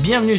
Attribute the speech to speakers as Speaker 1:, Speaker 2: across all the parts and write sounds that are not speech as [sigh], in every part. Speaker 1: Bienvenue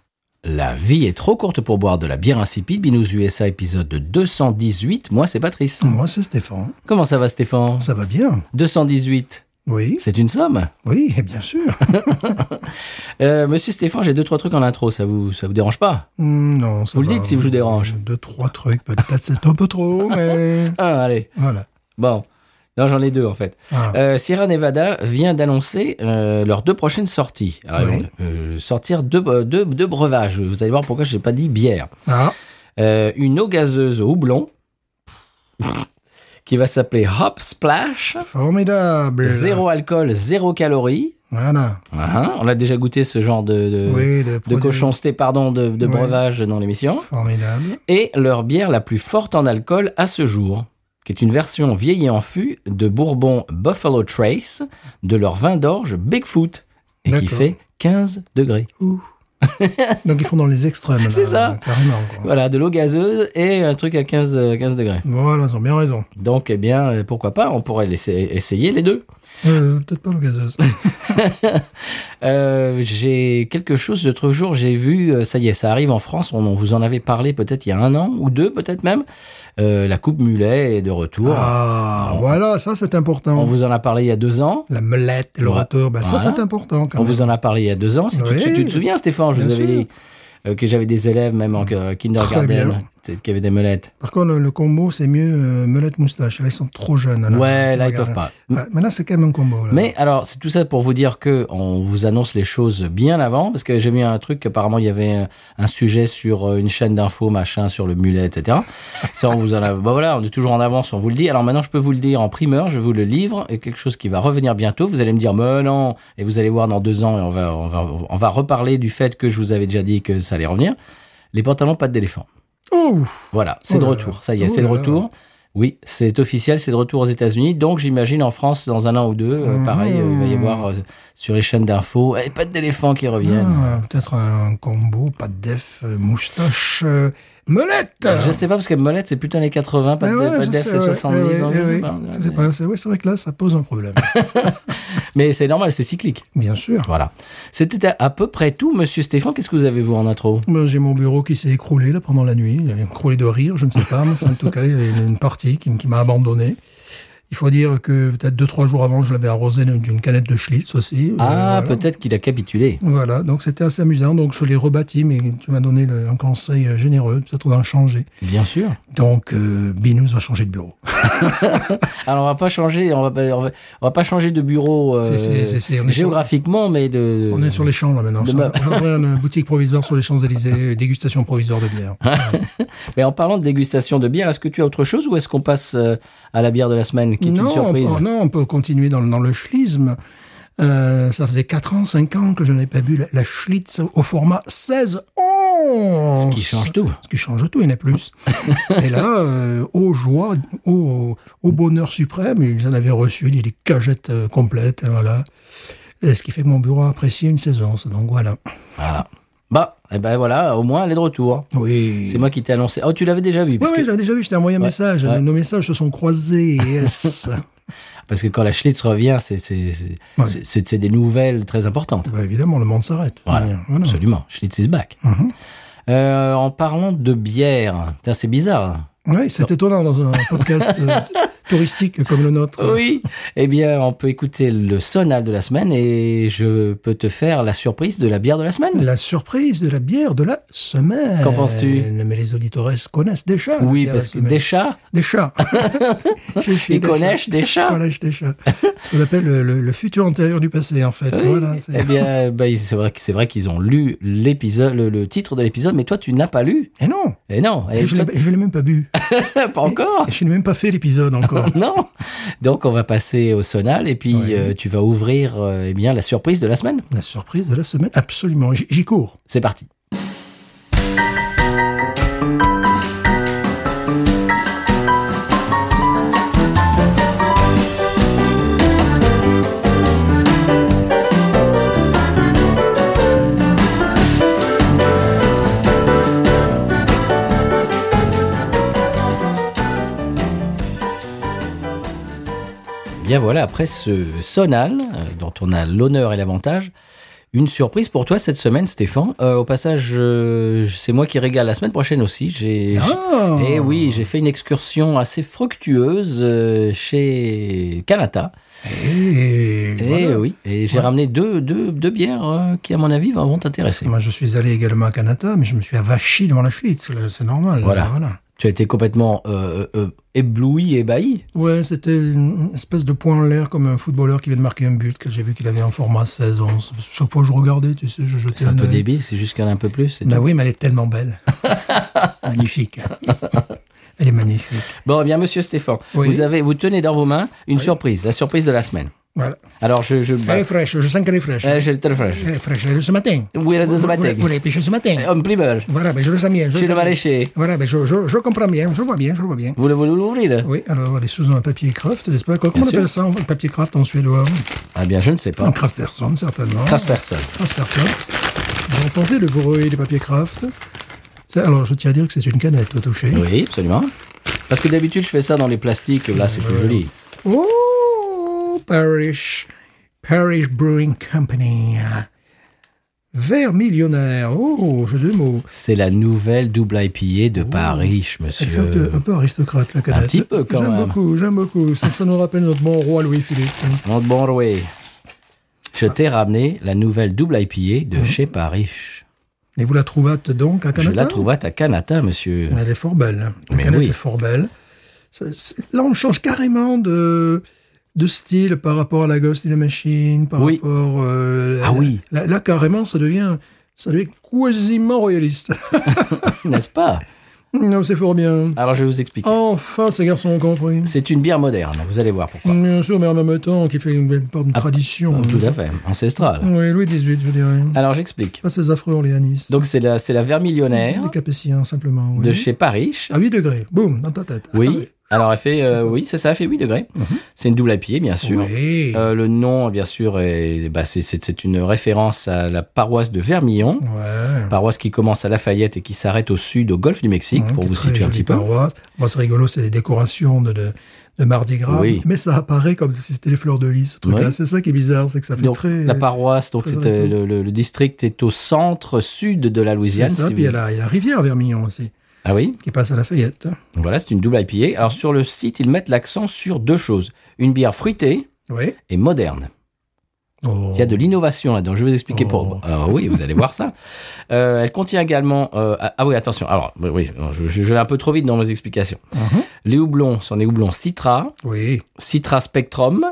Speaker 1: La vie est trop courte pour boire de la bière insipide. Binous USA épisode 218. Moi, c'est Patrice.
Speaker 2: Moi, c'est Stéphane.
Speaker 1: Comment ça va, Stéphane
Speaker 2: Ça va bien
Speaker 1: 218.
Speaker 2: Oui.
Speaker 1: C'est une somme.
Speaker 2: Oui, et bien sûr. [laughs]
Speaker 1: Euh, Monsieur Stéphane, j'ai deux trois trucs en intro. Ça vous ça vous dérange pas
Speaker 2: Hmm, non, ça
Speaker 1: Vous le
Speaker 2: va.
Speaker 1: dites si je vous dérange.
Speaker 2: Deux, trois trucs, peut-être c'est un
Speaker 1: [laughs]
Speaker 2: peu trop, mais...
Speaker 1: Ah, allez.
Speaker 2: Voilà.
Speaker 1: Bon. Non, j'en ai deux en fait.
Speaker 2: Ah.
Speaker 1: Euh, Sierra Nevada vient d'annoncer euh, leurs deux prochaines sorties. Alors,
Speaker 2: Oui.
Speaker 1: ils vont, euh, sortir deux, euh, deux- deux breuvages. Vous allez voir pourquoi je n'ai pas dit bière.
Speaker 2: Ah,
Speaker 1: Euh, une eau gazeuse au houblon qui va s'appeler Hop Splash.
Speaker 2: formidable.
Speaker 1: Zéro alcool, zéro calorie.
Speaker 2: Voilà.
Speaker 1: Ah, On a déjà goûté ce genre de, de,
Speaker 2: oui, le
Speaker 1: de
Speaker 2: produit-
Speaker 1: cochonceté, pardon, de, de
Speaker 2: Ouais.
Speaker 1: breuvage dans l'émission.
Speaker 2: Formidable.
Speaker 1: et leur bière la plus forte en alcool à ce jour, qui est une version vieillie en fût de Bourbon Buffalo Trace de leur vin d'orge Bigfoot, et qui
Speaker 2: D'accord.
Speaker 1: fait 15 degrés.
Speaker 2: Ouh. [laughs] Donc, ils font dans les extrêmes. là, euh,
Speaker 1: C'est ça.
Speaker 2: Carrément, quoi.
Speaker 1: Voilà, de l'eau gazeuse et un truc à 15, euh, 15 degrés.
Speaker 2: Voilà, ils ont bien raison.
Speaker 1: Donc, eh bien, euh, pourquoi pas, on pourrait l'essa- essayer les deux.
Speaker 2: Euh, peut-être pas le gazeuse.
Speaker 1: Euh, j'ai quelque chose, l'autre jour, j'ai vu, euh, ça y est, ça arrive en France, on, on vous en avait parlé peut-être il y a un an ou deux, peut-être même, euh, la coupe mulet est de retour.
Speaker 2: Ah, voilà, ça, c'est important.
Speaker 1: On vous en a parlé il y a deux ans.
Speaker 2: La melette et le
Speaker 1: Ouais.
Speaker 2: retour, ben, ça,
Speaker 1: Voilà.
Speaker 2: c'est important. Quand
Speaker 1: On
Speaker 2: même.
Speaker 1: vous en a parlé il y a deux ans. Si tu-
Speaker 2: Oui.
Speaker 1: tu, tu te souviens, Stéphane, je
Speaker 2: Bien
Speaker 1: vous avais
Speaker 2: sûr.
Speaker 1: dit euh, que j'avais des élèves, même en euh, kindergarten,
Speaker 2: bien.
Speaker 1: t- qui avaient des melettes.
Speaker 2: Par contre, le, le combo, c'est mieux euh, melette-moustache. Là, ils sont trop jeunes. là.
Speaker 1: ouais, là, ils peuvent
Speaker 2: Ah Regarde.
Speaker 1: pas.
Speaker 2: Ouais, mais là, c'est quand même un combo. Oh Là.
Speaker 1: Mais alors, c'est tout ça pour vous dire que on vous annonce les choses bien avant, parce que j'ai vu un truc qu'apparemment il y avait un- un sujet sur euh, une chaîne d'infos, machin, sur le mulet, etc.
Speaker 2: [laughs]
Speaker 1: Ça, on vous en a. Bah voilà, on est toujours en avance, on vous le dit. Alors maintenant, je peux vous le dire en primeur, je vous le livre, et quelque chose qui va revenir bientôt. Vous allez me dire, mais non, et vous allez voir dans deux ans, et on va, on va, on va reparler du fait que je vous avais déjà dit que ça allait revenir. Les pantalons pattes d'éléphant.
Speaker 2: Ouf
Speaker 1: Voilà, c'est
Speaker 2: Oh
Speaker 1: de
Speaker 2: là
Speaker 1: retour.
Speaker 2: là.
Speaker 1: Ça y est,
Speaker 2: Oh
Speaker 1: c'est de
Speaker 2: là là.
Speaker 1: retour. Oui, c'est officiel, c'est de retour aux États-Unis. Donc, j'imagine en France, dans un an ou deux,
Speaker 2: Mhm.
Speaker 1: euh, pareil, euh, il va y avoir euh, sur les chaînes d'infos, eh, pas d'éléphants qui reviennent.
Speaker 2: Ah, Peut-être un combo, pas de def, euh, moustache, euh, melette
Speaker 1: Bah, Euh, Je sais pas, parce que Molette, c'est plutôt les 80, pas
Speaker 2: Eh
Speaker 1: de,
Speaker 2: ouais,
Speaker 1: pas de
Speaker 2: je
Speaker 1: def,
Speaker 2: sais,
Speaker 1: c'est
Speaker 2: ouais,
Speaker 1: 70.
Speaker 2: eh
Speaker 1: hein,
Speaker 2: ouais,
Speaker 1: je
Speaker 2: eh
Speaker 1: sais
Speaker 2: oui.
Speaker 1: pas.
Speaker 2: Je sais pas, c'est ouais, c'est vrai que là, ça pose un problème.
Speaker 1: Mais c'est normal, c'est cyclique.
Speaker 2: Bien sûr.
Speaker 1: Voilà. C'était à, à peu près tout, monsieur Stéphane. Qu'est-ce que vous avez, vous, en intro
Speaker 2: Moi, J'ai mon bureau qui s'est écroulé là, pendant la nuit. Il a écroulé de rire, je ne sais pas. mais enfin, en tout cas, il y a une partie qui, qui m'a abandonné. Il faut dire que peut-être deux, trois jours avant, je l'avais arrosé d'une- d'une canette de Schlitz aussi. Euh,
Speaker 1: Ah,
Speaker 2: voilà.
Speaker 1: peut-être qu'il a capitulé.
Speaker 2: Voilà, donc c'était assez amusant. Donc je l'ai rebâti, mais tu m'as donné le- un conseil euh, généreux. Peut-être on va changer.
Speaker 1: Bien sûr.
Speaker 2: Donc euh, Binous va changer de bureau.
Speaker 1: Alors, on va pas changer, on va pas, on va, on va pas changer de bureau euh,
Speaker 2: Si, si, si, si, on est sur-
Speaker 1: géographiquement, mais de.
Speaker 2: On est sur les champs là maintenant.
Speaker 1: de
Speaker 2: On
Speaker 1: ma-
Speaker 2: va
Speaker 1: [laughs]
Speaker 2: ouvrir une boutique provisoire sur les Champs-Élysées, euh, dégustation provisoire de bière.
Speaker 1: Ah, Mais en parlant de dégustation de bière, est-ce que tu as autre chose ou est-ce qu'on passe euh, à la bière de la semaine [laughs] qui est
Speaker 2: non,
Speaker 1: une surprise
Speaker 2: On, peut- non, on peut continuer dans, dans le schlisme. Euh, ça faisait 4 ans, 5 ans que je n'avais pas bu la, la Schlitz au format 16 11
Speaker 1: Qui change tout.
Speaker 2: Ce qui change tout, il y en a plus. et là, euh, aux joies, au, au bonheur suprême, ils en avaient reçu des des cagettes euh, complètes, voilà. Et ce qui fait que mon bureau a apprécié une saison, donc voilà.
Speaker 1: Voilà. Bah, et ben voilà, au moins elle est de retour.
Speaker 2: Oui.
Speaker 1: C'est moi qui t'ai annoncé. Oh, tu l'avais déjà vu
Speaker 2: Oui,
Speaker 1: parce,
Speaker 2: oui,
Speaker 1: que,
Speaker 2: j'avais déjà vu, je t'ai envoyé un
Speaker 1: Ouais,
Speaker 2: message.
Speaker 1: ouais.
Speaker 2: Nos messages se sont croisés.
Speaker 1: [laughs]
Speaker 2: Bah, Yes.
Speaker 1: parce que quand la Schlitz revient, c'est c'est- c'est-
Speaker 2: Ouais.
Speaker 1: c'est- c'est- c'est des nouvelles très importantes.
Speaker 2: Bah, évidemment, le monde s'arrête.
Speaker 1: Voilà,
Speaker 2: Voilà.
Speaker 1: absolument. Schlitz is back.
Speaker 2: Mhm.
Speaker 1: Euh, en parlant de bière, Putain, c'est bizarre. hein.
Speaker 2: Oui, c'est étonnant dans un podcast euh,
Speaker 1: [laughs]
Speaker 2: touristique comme le nôtre.
Speaker 1: Oui. eh bien, on peut écouter le sonal de la semaine et je peux te faire la surprise de la bière de la semaine.
Speaker 2: La surprise de la bière de la semaine.
Speaker 1: Qu'en penses-tu
Speaker 2: Mais les auditeurs connaissent déjà. la
Speaker 1: Oui,
Speaker 2: bière de
Speaker 1: parce
Speaker 2: la
Speaker 1: que
Speaker 2: semaine.
Speaker 1: des chats, [laughs]
Speaker 2: Des chats. Chez- chez
Speaker 1: ils
Speaker 2: des
Speaker 1: connaissent des
Speaker 2: chats.
Speaker 1: chats.
Speaker 2: Voilà, chez des chats. Ce qu'on appelle le, le- le futur antérieur du passé, en fait.
Speaker 1: Oui.
Speaker 2: Voilà, c'est-
Speaker 1: eh bien, bah, ils- c'est vrai, que- c'est vrai qu'ils ont lu l'épisode, le, le titre de l'épisode, mais toi, tu n'as pas lu.
Speaker 2: Et Eh non
Speaker 1: Et non, et
Speaker 2: Et Je
Speaker 1: toi, [laughs]
Speaker 2: l'ai- je l'ai même pas bu.
Speaker 1: Ah. pas encore. [laughs]
Speaker 2: Et Je n'ai même pas fait l'épisode encore.
Speaker 1: Non. Donc, on va passer au sonal et puis
Speaker 2: Oui.
Speaker 1: euh, tu vas ouvrir euh, eh bien la surprise de la semaine.
Speaker 2: La surprise de la semaine, absolument. J- J'y cours.
Speaker 1: C'est parti. bien voilà, après ce sonal, euh, dont on a l'honneur et l'avantage, une surprise pour toi cette semaine, Stéphane. Euh, au passage, euh, c'est moi qui régale la semaine prochaine aussi. J'ai,
Speaker 2: Ah
Speaker 1: j'ai- eh oui, j'ai fait une excursion assez fructueuse euh, chez Canata.
Speaker 2: Ah. Et
Speaker 1: Et
Speaker 2: voilà.
Speaker 1: Eh oui, et j'ai ramené deux, deux, deux bières euh, qui, à mon avis, vont t'intéresser.
Speaker 2: Moi, je suis allé également à Canada, mais je me suis avachi devant la Schlitz, là, c'est normal.
Speaker 1: Voilà. Tu as été complètement euh, euh, ébloui, ébahi.
Speaker 2: Ouais, c'était une espèce de point en l'air, comme un footballeur qui vient de marquer un but, que j'ai vu qu'il avait un format 16-11. Chaque fois que je regardais, tu sais, je jetais
Speaker 1: C'est un peu
Speaker 2: œil.
Speaker 1: débile, c'est juste qu'il y en a un peu plus. c'est
Speaker 2: Ben
Speaker 1: tout.
Speaker 2: oui, mais elle est
Speaker 1: [laughs]
Speaker 2: tellement belle. magnifique. Elle est magnifique.
Speaker 1: Bon, eh bien, monsieur Stéphane,
Speaker 2: Oui.
Speaker 1: vous, avez, vous tenez dans vos mains une surprise, la surprise de la semaine.
Speaker 2: Voilà.
Speaker 1: Alors, je. je
Speaker 2: Elle est fraîche, je sens qu'elle est fraîche.
Speaker 1: Eh, j'ai le téléphone.
Speaker 2: Elle est fraîche, elle est de ce matin.
Speaker 1: Oui, elle est de ce
Speaker 2: Vous- vous-
Speaker 1: matin. Euh,
Speaker 2: Vous l'avez pêchée ce matin.
Speaker 1: Eh, Homme primeur.
Speaker 2: Voilà, ben je le sens bien. je
Speaker 1: Chez le
Speaker 2: sens bien.
Speaker 1: maraîcher.
Speaker 2: Voilà, ben je, je, je comprends bien, je vois bien, je vois bien.
Speaker 1: Vous le voulez l'ouvrir
Speaker 2: Oui, alors elle est sous un papier craft, n'est-ce pas Comment on
Speaker 1: sûr.
Speaker 2: appelle ça, un papier craft en suédois
Speaker 1: Ah bien, je ne sais
Speaker 2: Un
Speaker 1: pas.
Speaker 2: crafterson, certainement.
Speaker 1: Crafterson.
Speaker 2: Crafterson. Vous entendez le bruit du papier craft Ça, Alors, je tiens à dire que c'est une canette au toucher.
Speaker 1: Oui, absolument. Parce que d'habitude, je fais ça dans les plastiques. Là, c'est plus joli.
Speaker 2: Oh, Parish. Parish Brewing Company. Vert millionnaire. Oh, jeu de mots.
Speaker 1: C'est la nouvelle double IPA de Paris,
Speaker 2: Elle fait un peu,
Speaker 1: monsieur.
Speaker 2: un peu aristocrate, la canette.
Speaker 1: petit peu, quand
Speaker 2: j'aime
Speaker 1: même.
Speaker 2: beaucoup, j'aime beaucoup. Ça, ça nous rappelle notre bon roi Louis-Philippe.
Speaker 1: Notre bon roué. Je t'ai ramené la nouvelle double IPA de chez Paris.
Speaker 2: Et vous la trouvâtes donc à
Speaker 1: Je
Speaker 2: Canada
Speaker 1: la trouve à Canada, monsieur.
Speaker 2: [laughs] Mais Elle est fort belle. La
Speaker 1: Mais
Speaker 2: canette
Speaker 1: oui.
Speaker 2: est fort belle. Ça, c'est- là, on change carrément de, de style par rapport à la Ghost in the Machine, par
Speaker 1: Oui.
Speaker 2: rapport... euh,
Speaker 1: Ah
Speaker 2: là-
Speaker 1: oui.
Speaker 2: Là, là, carrément, ça devient, ça devient quasiment royaliste. [laughs]
Speaker 1: N'est-ce pas
Speaker 2: non, c'est fort bien.
Speaker 1: Alors, je vais vous expliquer.
Speaker 2: Oh. Enfin, ces garçons ont compris.
Speaker 1: Ah, C'est une bière moderne. Vous allez voir pourquoi.
Speaker 2: Bien sûr, mais en même temps, qui fait une belle part de tradition.
Speaker 1: Ah, Tout à fait. Ancestrale.
Speaker 2: Oui, Louis XVIII, je dirais.
Speaker 1: Alors, j'explique.
Speaker 2: Pas ces affreux orléanistes.
Speaker 1: Donc, c'est la, c'est la vermillionnaire
Speaker 2: Des capétiens, simplement. oui.
Speaker 1: de chez Paris.
Speaker 2: À 8 degrés. Boum, dans ta tête. Ah
Speaker 1: Oui. Alors, elle fait, euh, oui, c'est ça, elle fait 8 degrés. C'est une double à pied, bien sûr.
Speaker 2: Oui.
Speaker 1: Euh, le nom, bien sûr, est- bah, c'est- c'est c'est une référence à la paroisse de Vermillon,
Speaker 2: Ouais.
Speaker 1: paroisse qui commence à Lafayette et qui s'arrête au sud, au golfe du Mexique,
Speaker 2: Hein,
Speaker 1: pour
Speaker 2: qui
Speaker 1: vous
Speaker 2: est très
Speaker 1: situer un
Speaker 2: jolie
Speaker 1: petit peu.
Speaker 2: paroisse. Bon, c'est rigolo, c'est les décorations de, de, de Mardi Gras.
Speaker 1: Oui.
Speaker 2: Mais ça apparaît comme si c'était les fleurs de lys, ce truc-là.
Speaker 1: Oui.
Speaker 2: C'est ça qui est bizarre, c'est que ça fait
Speaker 1: Donc,
Speaker 2: très.
Speaker 1: la paroisse, donc
Speaker 2: très
Speaker 1: c'était
Speaker 2: restaurant.
Speaker 1: le, le- le district est au centre sud de la
Speaker 2: C'est
Speaker 1: Louisiane.
Speaker 2: ça,
Speaker 1: si
Speaker 2: puis il y, a
Speaker 1: vous-
Speaker 2: la, il y a la rivière Vermillon aussi,
Speaker 1: Ah oui,
Speaker 2: qui passe à Lafayette.
Speaker 1: Donc voilà, c'est une double IPA.
Speaker 2: Mhm.
Speaker 1: Alors sur le site, ils mettent l'accent sur deux choses une bière fruitée
Speaker 2: Oui.
Speaker 1: et moderne.
Speaker 2: Oh.
Speaker 1: Il y a de l'innovation là-dedans. Je vais vous expliquer
Speaker 2: Oh.
Speaker 1: pourquoi. Ah oui, vous allez voir
Speaker 2: [laughs]
Speaker 1: ça. Euh, elle contient également. euh, ah ah oui, attention. Alors, oui, oui, non, je, je- je vais un peu trop vite dans mes explications.
Speaker 2: Mhm.
Speaker 1: Les houblons sont les houblons Citra,
Speaker 2: Oui.
Speaker 1: Citra Spectrum,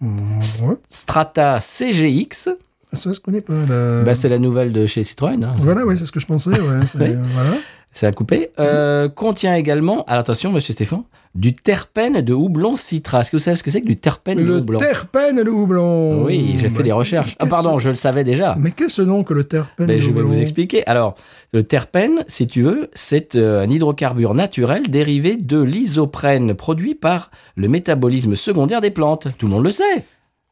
Speaker 2: Mmh, ouais.
Speaker 1: Strata CGX.
Speaker 2: Ça, je connais pas. là.
Speaker 1: Bah, c'est la nouvelle de chez Citroën. hein.
Speaker 2: Voilà, oui, c'est ce que je pensais. Ouais, c'est-
Speaker 1: Oui.
Speaker 2: voilà.
Speaker 1: C'est à couper. Euh, contient également. Alors, attention, monsieur Stéphane, du terpène de houblon Citra. Est-ce que vous savez ce que c'est que du terpène de
Speaker 2: Le
Speaker 1: houblon
Speaker 2: terpène et le houblon.
Speaker 1: Oui, j'ai fait
Speaker 2: Mais
Speaker 1: des recherches. Ah,
Speaker 2: qu'est-ce-
Speaker 1: pardon, je le savais déjà.
Speaker 2: Mais qu'est-ce que ce nom que le terpène
Speaker 1: Ben,
Speaker 2: et le
Speaker 1: je vais
Speaker 2: houblon
Speaker 1: vous expliquer. Alors, le terpène, si tu veux, c'est euh, un hydrocarbure naturel dérivé de l'isoprène produit par le métabolisme secondaire des plantes. Tout le monde le sait. [laughs]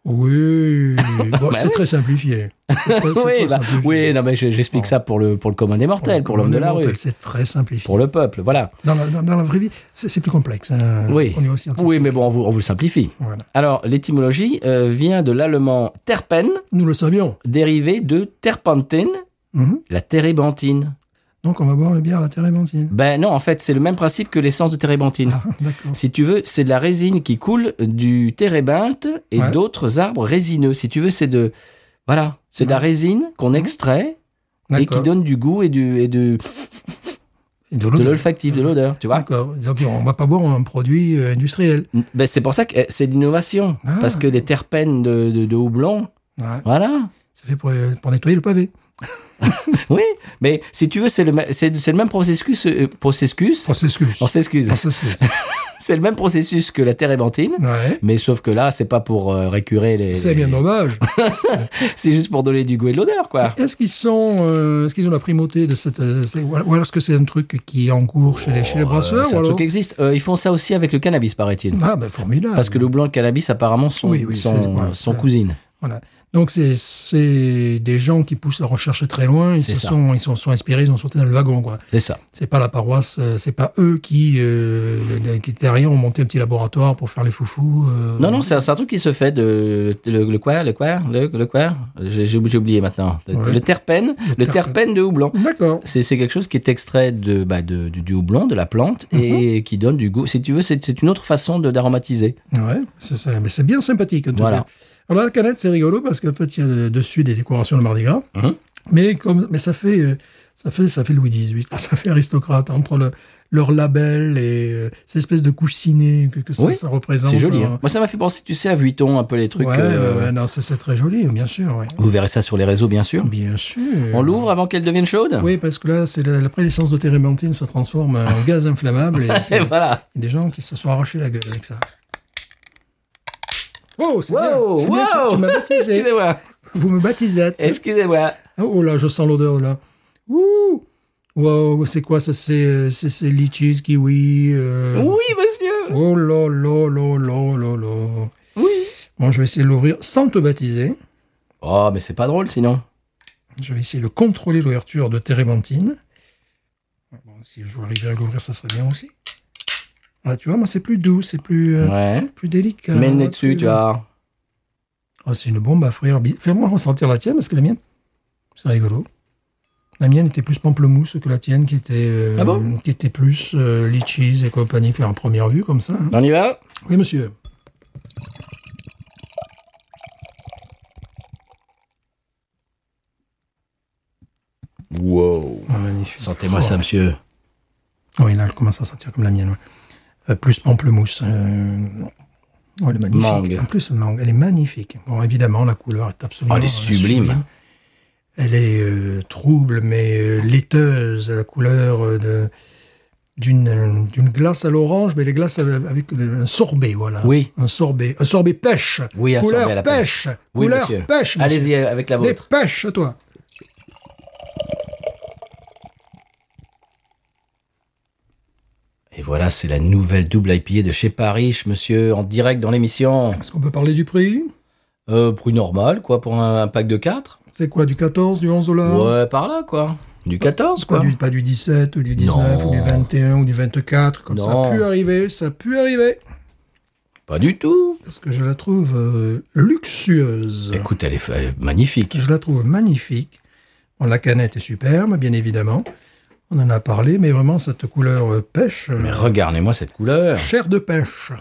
Speaker 2: Oui, Bon,
Speaker 1: Bah
Speaker 2: c'est
Speaker 1: oui.
Speaker 2: très simplifié. C'est très- c'est
Speaker 1: Oui,
Speaker 2: très
Speaker 1: bah,
Speaker 2: simplifié.
Speaker 1: oui, non, mais je- j'explique ça pour le, pour le commun des mortels, Oh. pour l'homme de la
Speaker 2: Fondamentalement,
Speaker 1: rue,
Speaker 2: C'est très simplifié.
Speaker 1: pour le peuple, voilà.
Speaker 2: Dans, la, dans, dans la vraie vie, c'est c'est plus complexe. hein.
Speaker 1: Oui.
Speaker 2: On est aussi en
Speaker 1: Oui, mais bon, on vous, on vous le simplifie.
Speaker 2: Voilà.
Speaker 1: Alors, l'étymologie euh, vient de l'allemand terpen,
Speaker 2: Nous le savions.
Speaker 1: dérivé de terpentine,
Speaker 2: Mhm.
Speaker 1: la térébenthine.
Speaker 2: Donc, on va boire les bières à la térébenthine.
Speaker 1: Ben non, en fait, c'est le même principe que l'essence de térébenthine.
Speaker 2: Ah, D'accord.
Speaker 1: Si tu veux, c'est de la résine qui coule du térébinthe et
Speaker 2: Ouais.
Speaker 1: d'autres arbres résineux. Si tu veux, c'est de voilà, c'est de la résine qu'on extrait et qui
Speaker 2: Mhm. D'accord.
Speaker 1: donne du goût et du et du-
Speaker 2: Et
Speaker 1: de
Speaker 2: l'odeur.
Speaker 1: l'olfactif, de l'odeur, tu vois.
Speaker 2: D'accord. Donc, on va pas boire un produit euh, industriel.
Speaker 1: Ben, c'est pour ça que euh, c'est de l'innovation
Speaker 2: Ah.
Speaker 1: parce que les terpènes de, de, de houblon,
Speaker 2: Ouais.
Speaker 1: voilà.
Speaker 2: C'est fait pour, euh, pour nettoyer le pavé.
Speaker 1: Oui, mais si tu veux, c'est le ma- c'est c'est le même processus euh, processus.
Speaker 2: Processus.
Speaker 1: On s'excuse. [laughs]
Speaker 2: Processus.
Speaker 1: C'est le même processus que la térébenthine.
Speaker 2: [laughs] Ouais.
Speaker 1: Mais sauf que là, c'est pas pour euh, récurer les.
Speaker 2: C'est bien dommage.
Speaker 1: [laughs] C'est juste pour donner du goût et de l'odeur, quoi.
Speaker 2: Est-ce qu'ils sont, euh, est-ce qu'ils ont la primauté de cette, euh, c'est- ou alors est-ce que c'est un truc qui est en cours chez les, chez les brasseurs
Speaker 1: Oh, C'est
Speaker 2: ou
Speaker 1: un
Speaker 2: alors
Speaker 1: truc qui existe. Euh, ils font ça aussi avec le cannabis, paraît-il.
Speaker 2: Ah ben formidable.
Speaker 1: Parce que le blanc et le cannabis, apparemment, sont,
Speaker 2: Oui, oui,
Speaker 1: sont,
Speaker 2: c'est- ouais,
Speaker 1: sont
Speaker 2: ouais.
Speaker 1: cousines.
Speaker 2: Voilà. Donc c'est- c'est des gens qui poussent la recherche très loin. Ils
Speaker 1: C'est
Speaker 2: se
Speaker 1: ça.
Speaker 2: sont ils sont, sont inspirés, ils ont sauté dans le wagon quoi.
Speaker 1: C'est ça.
Speaker 2: C'est pas la paroisse, euh, c'est pas eux qui euh, qui derrière ont monté un petit laboratoire pour faire les foufous. euh.
Speaker 1: Non, non, c'est un, c'est un truc qui se fait de. Le, le quoi Le quoi Le, le quoi J'ai j'ai oublié maintenant. Le,
Speaker 2: Ouais.
Speaker 1: le terpène. Le,
Speaker 2: terpène.
Speaker 1: terpène de houblon.
Speaker 2: D'accord.
Speaker 1: C'est c'est quelque chose qui est extrait de, bah, de- du, du houblon, de la plante,
Speaker 2: Mhm.
Speaker 1: et qui donne du goût. Si tu veux, c'est c'est une autre façon de- d'aromatiser.
Speaker 2: Ouais, c'est ça. Mais c'est bien sympathique. en tout
Speaker 1: Voilà.
Speaker 2: cas. Alors la canette, c'est rigolo parce qu'en fait, il y a euh, dessus des décorations de Mardi Gras.
Speaker 1: Mhm.
Speaker 2: Mais comme, mais ça fait, euh, ça fait, ça fait Louis XVIII, ça fait aristocrate entre le, leur label et euh, ces espèces de coussinets que, que ça,
Speaker 1: Oui,
Speaker 2: ça représente.
Speaker 1: C'est joli. hein.
Speaker 2: hein.
Speaker 1: Moi, ça m'a fait penser, tu sais, à Vuitton, un peu les trucs.
Speaker 2: Ouais,
Speaker 1: euh,
Speaker 2: ouais, ouais, non, c'est c'est très joli, bien sûr. ouais.
Speaker 1: Vous verrez ça sur les réseaux, bien sûr.
Speaker 2: Bien sûr.
Speaker 1: On l'ouvre avant qu'elle devienne chaude
Speaker 2: Euh, Oui, parce que là, c'est la, la prédescence de térébenthine se transforme en gaz
Speaker 1: [laughs]
Speaker 2: inflammable et, puis,
Speaker 1: [laughs]
Speaker 2: euh,
Speaker 1: Et voilà.
Speaker 2: il y a des gens qui se sont arrachés la gueule avec ça. Oh, c'est bien,
Speaker 1: Wow,
Speaker 2: c'est bien, tu-
Speaker 1: wow.
Speaker 2: tu m'as baptisé.
Speaker 1: [laughs] Excusez-moi.
Speaker 2: Vous me baptisez.
Speaker 1: Excusez-moi.
Speaker 2: Oh là, je sens l'odeur là. Ouh Wow, c'est quoi ça C'est euh, c'est- c'est litchis, kiwi. euh,
Speaker 1: Oui, monsieur.
Speaker 2: Oh là là là là là là.
Speaker 1: Oui.
Speaker 2: Bon, je vais essayer de l'ouvrir sans te baptiser.
Speaker 1: Oh, mais c'est pas drôle sinon.
Speaker 2: Je vais essayer de contrôler l'ouverture de térébenthine. Bon, si je arrivais à l'ouvrir, ça serait bien aussi. Ah, tu vois, moi c'est plus doux, c'est plus, euh,
Speaker 1: Ouais.
Speaker 2: plus délicat.
Speaker 1: Mets le nez
Speaker 2: plus-
Speaker 1: dessus, tu vois.
Speaker 2: Oh, c'est une bombe à frire. Bi- Fais-moi ressentir la tienne, parce que la mienne, c'est rigolo. La mienne était plus pamplemousse que la tienne, qui était, euh,
Speaker 1: Ah bon
Speaker 2: qui était plus euh, litchis et compagnie, faire en première vue comme ça. hein.
Speaker 1: On y va
Speaker 2: Oui, monsieur.
Speaker 1: Wow.
Speaker 2: Oh, magnifique.
Speaker 1: Sentez-moi
Speaker 2: Oh.
Speaker 1: ça, monsieur.
Speaker 2: Oui, là, je commence à sentir comme la mienne. ouais. Euh, plus pamplemousse. euh, oh, elle est magnifique.
Speaker 1: Mangue.
Speaker 2: En plus, mangue, elle est magnifique. Bon, évidemment, la couleur est absolument
Speaker 1: Oh, elle est
Speaker 2: euh,
Speaker 1: sublime.
Speaker 2: Elle est euh, trouble, mais euh, laiteuse, la couleur euh, de d'une euh, d'une glace à l'orange, mais les glaces avec, avec le- un sorbet, voilà.
Speaker 1: Oui.
Speaker 2: Un sorbet, un sorbet pêche.
Speaker 1: Oui, un
Speaker 2: couleur
Speaker 1: sorbet à la pêche.
Speaker 2: pêche.
Speaker 1: Oui,
Speaker 2: couleur
Speaker 1: monsieur.
Speaker 2: pêche. monsieur.
Speaker 1: Allez-y euh, avec la
Speaker 2: Des
Speaker 1: vôtre.
Speaker 2: pêches, toi.
Speaker 1: Et voilà, c'est la nouvelle double IPA de chez Paris, monsieur, en direct dans l'émission.
Speaker 2: Est-ce qu'on peut parler du prix
Speaker 1: Euh, prix normal, quoi, pour un, un pack de 4
Speaker 2: C'est quoi, du 14, du 11 dollars
Speaker 1: Ouais, par là, quoi. Du 14,
Speaker 2: Pas
Speaker 1: quoi.
Speaker 2: du, pas du 17 ou du 19
Speaker 1: Non.
Speaker 2: ou du 21 ou du 24, comme ça
Speaker 1: Non.
Speaker 2: a pu arriver, ça a pu arriver.
Speaker 1: Pas du tout.
Speaker 2: Parce que je la trouve euh, luxueuse.
Speaker 1: Écoute, elle est, fa- elle est magnifique.
Speaker 2: Je la trouve magnifique. Bon, la canette est superbe, bien évidemment. On en a parlé, mais vraiment cette couleur euh, pêche, euh,
Speaker 1: Mais regardez-moi cette couleur.
Speaker 2: chair de pêche,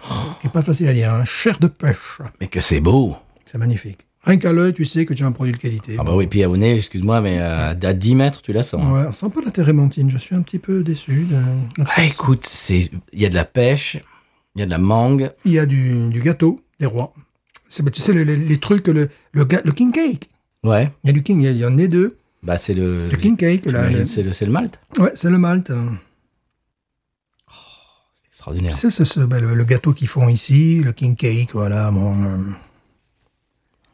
Speaker 2: qui est pas facile à dire, hein, chair de pêche.
Speaker 1: Mais que c'est beau.
Speaker 2: C'est magnifique. Rien qu'à l'œil, tu sais que tu as un produit de qualité.
Speaker 1: Ah bah oui, puis à au nez, excuse-moi, mais euh, à, à 10 mètres, tu la sens.
Speaker 2: Ouais, on sent pas la térébenthine, je suis un petit peu déçu. de l'absence.
Speaker 1: Ah, écoute, c'est, il y a de la pêche, il y a de la mangue.
Speaker 2: Il y a du, du gâteau des rois. C'est, bah, tu sais, le- le- les trucs, le, le, ga- le king cake.
Speaker 1: Ouais.
Speaker 2: Il y a du king, il y a- il y en a deux.
Speaker 1: Bah, c'est le,
Speaker 2: Du king cake, là.
Speaker 1: j'imagine
Speaker 2: le-
Speaker 1: que c'est le, c'est le malt.
Speaker 2: Ouais, c'est le malt. hein.
Speaker 1: C'est extraordinaire.
Speaker 2: Tu sais, c'est ce, bah, le, le gâteau qu'ils font ici, le king cake, voilà. bon, euh,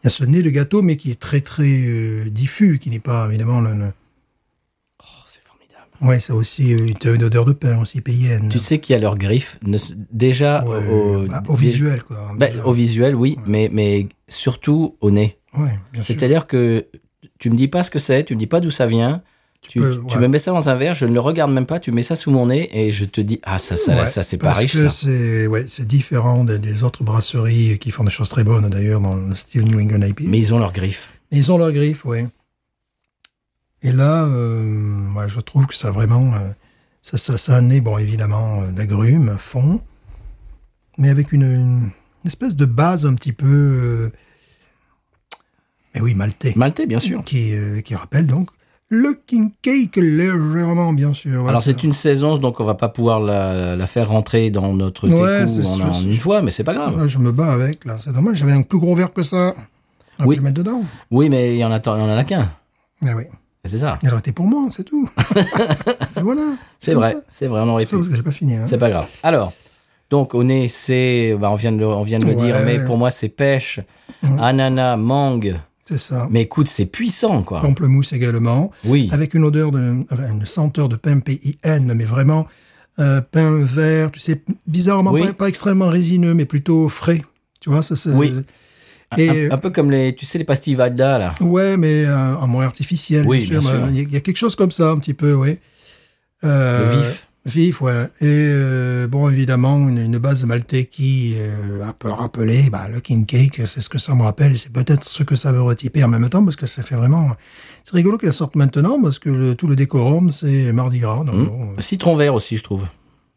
Speaker 2: Il y a ce nez de gâteau, mais qui est très, très euh, diffus, qui n'est pas, évidemment, le... le-
Speaker 1: Oh, c'est formidable.
Speaker 2: Ouais, ça aussi, euh, tu as une odeur de pain aussi, payenne.
Speaker 1: Tu sais qu'il y a leurs griffes, ne s- déjà
Speaker 2: Ouais,
Speaker 1: au,
Speaker 2: bah, au
Speaker 1: dé-
Speaker 2: visuel, quoi.
Speaker 1: bah,
Speaker 2: Déjà.
Speaker 1: au visuel, oui, mais, mais surtout au nez.
Speaker 2: Ouais, bien sûr.
Speaker 1: C'est-à-dire que tu me dis pas ce que c'est, tu me dis pas d'où ça vient. Tu,
Speaker 2: peux,
Speaker 1: tu- tu
Speaker 2: ouais.
Speaker 1: me mets ça dans un verre, je ne le regarde même pas, tu mets ça sous mon nez et je te dis ah ça ça
Speaker 2: Ouais,
Speaker 1: ça c'est pas
Speaker 2: parce
Speaker 1: riche
Speaker 2: que
Speaker 1: ça.
Speaker 2: C'est ouais, c'est différent des, des autres brasseries qui font des choses très bonnes d'ailleurs dans le style New England IP.
Speaker 1: Mais ils ont leurs griffes.
Speaker 2: Mais ils ont leurs griffes, ouais. Et là, euh, ouais, je trouve que ça a vraiment, euh, ça, ça, ça a un nez, bon évidemment euh, d'agrumes à fond, mais avec une, une- une espèce de base un petit peu, euh, mais oui maltais,
Speaker 1: Maltais bien sûr.
Speaker 2: qui euh, qui rappelle donc le king cake légèrement bien sûr. ouais,
Speaker 1: Alors
Speaker 2: ça-
Speaker 1: c'est une saison donc on va pas pouvoir la, la faire rentrer dans notre
Speaker 2: Ouais,
Speaker 1: técou
Speaker 2: c'est
Speaker 1: en,
Speaker 2: sûr,
Speaker 1: en
Speaker 2: c'est
Speaker 1: une
Speaker 2: sûr.
Speaker 1: fois mais c'est pas grave.
Speaker 2: Là, je me bats avec, là. C'est dommage, j'avais un plus gros verre que ça. On
Speaker 1: Oui.
Speaker 2: peut le mettre dedans.
Speaker 1: Oui mais il y en a tant- il y en a qu'un.
Speaker 2: Ah oui.
Speaker 1: C'est ça.
Speaker 2: Il aurait été pour moi,
Speaker 1: [laughs]
Speaker 2: c'est tout. Et voilà.
Speaker 1: C'est
Speaker 2: comme
Speaker 1: vrai,
Speaker 2: ça.
Speaker 1: c'est vrai on aurait
Speaker 2: C'est ça
Speaker 1: pu.
Speaker 2: parce que j'ai pas fini. hein.
Speaker 1: C'est pas grave. Alors donc au nez c'est bah, on vient de le, on vient de le
Speaker 2: Ouais. Mmh.
Speaker 1: dire mais pour moi c'est pêche, ananas, mangue.
Speaker 2: C'est ça.
Speaker 1: Mais écoute c'est puissant quoi.
Speaker 2: Pamplemousse également.
Speaker 1: Bah. Oui.
Speaker 2: Avec une odeur de, enfin, une senteur de pain P-I-N, mais vraiment, euh, pain vert, tu sais, bizarrement,
Speaker 1: Oui.
Speaker 2: pas, pas extrêmement résineux, mais euh, plutôt frais. Tu vois, ça, c'est.
Speaker 1: Oui. Ah,
Speaker 2: Et,
Speaker 1: Un peu comme les, tu sais, les pastilles Valda, là.
Speaker 2: Ouais, mais euh, en moins artificiel.
Speaker 1: ah. Oui, bien sûr.
Speaker 2: mais euh, Il y a- il y a quelque chose comme ça, un petit peu, oui. Euh,
Speaker 1: Le vif.
Speaker 2: Vif, ouais. Et euh, bon, évidemment, une, une base de maltais qui euh, a peu rappelé bah, le king cake, c'est ce que ça me rappelle. C'est peut-être ce que ça veut retyper en même temps, parce que ça fait vraiment... C'est rigolo qu'elle sorte maintenant, parce que le- tout le décorum, c'est Mardi Gras.
Speaker 1: Mmh.
Speaker 2: donc bon,
Speaker 1: Hum. Citron vert aussi, je trouve.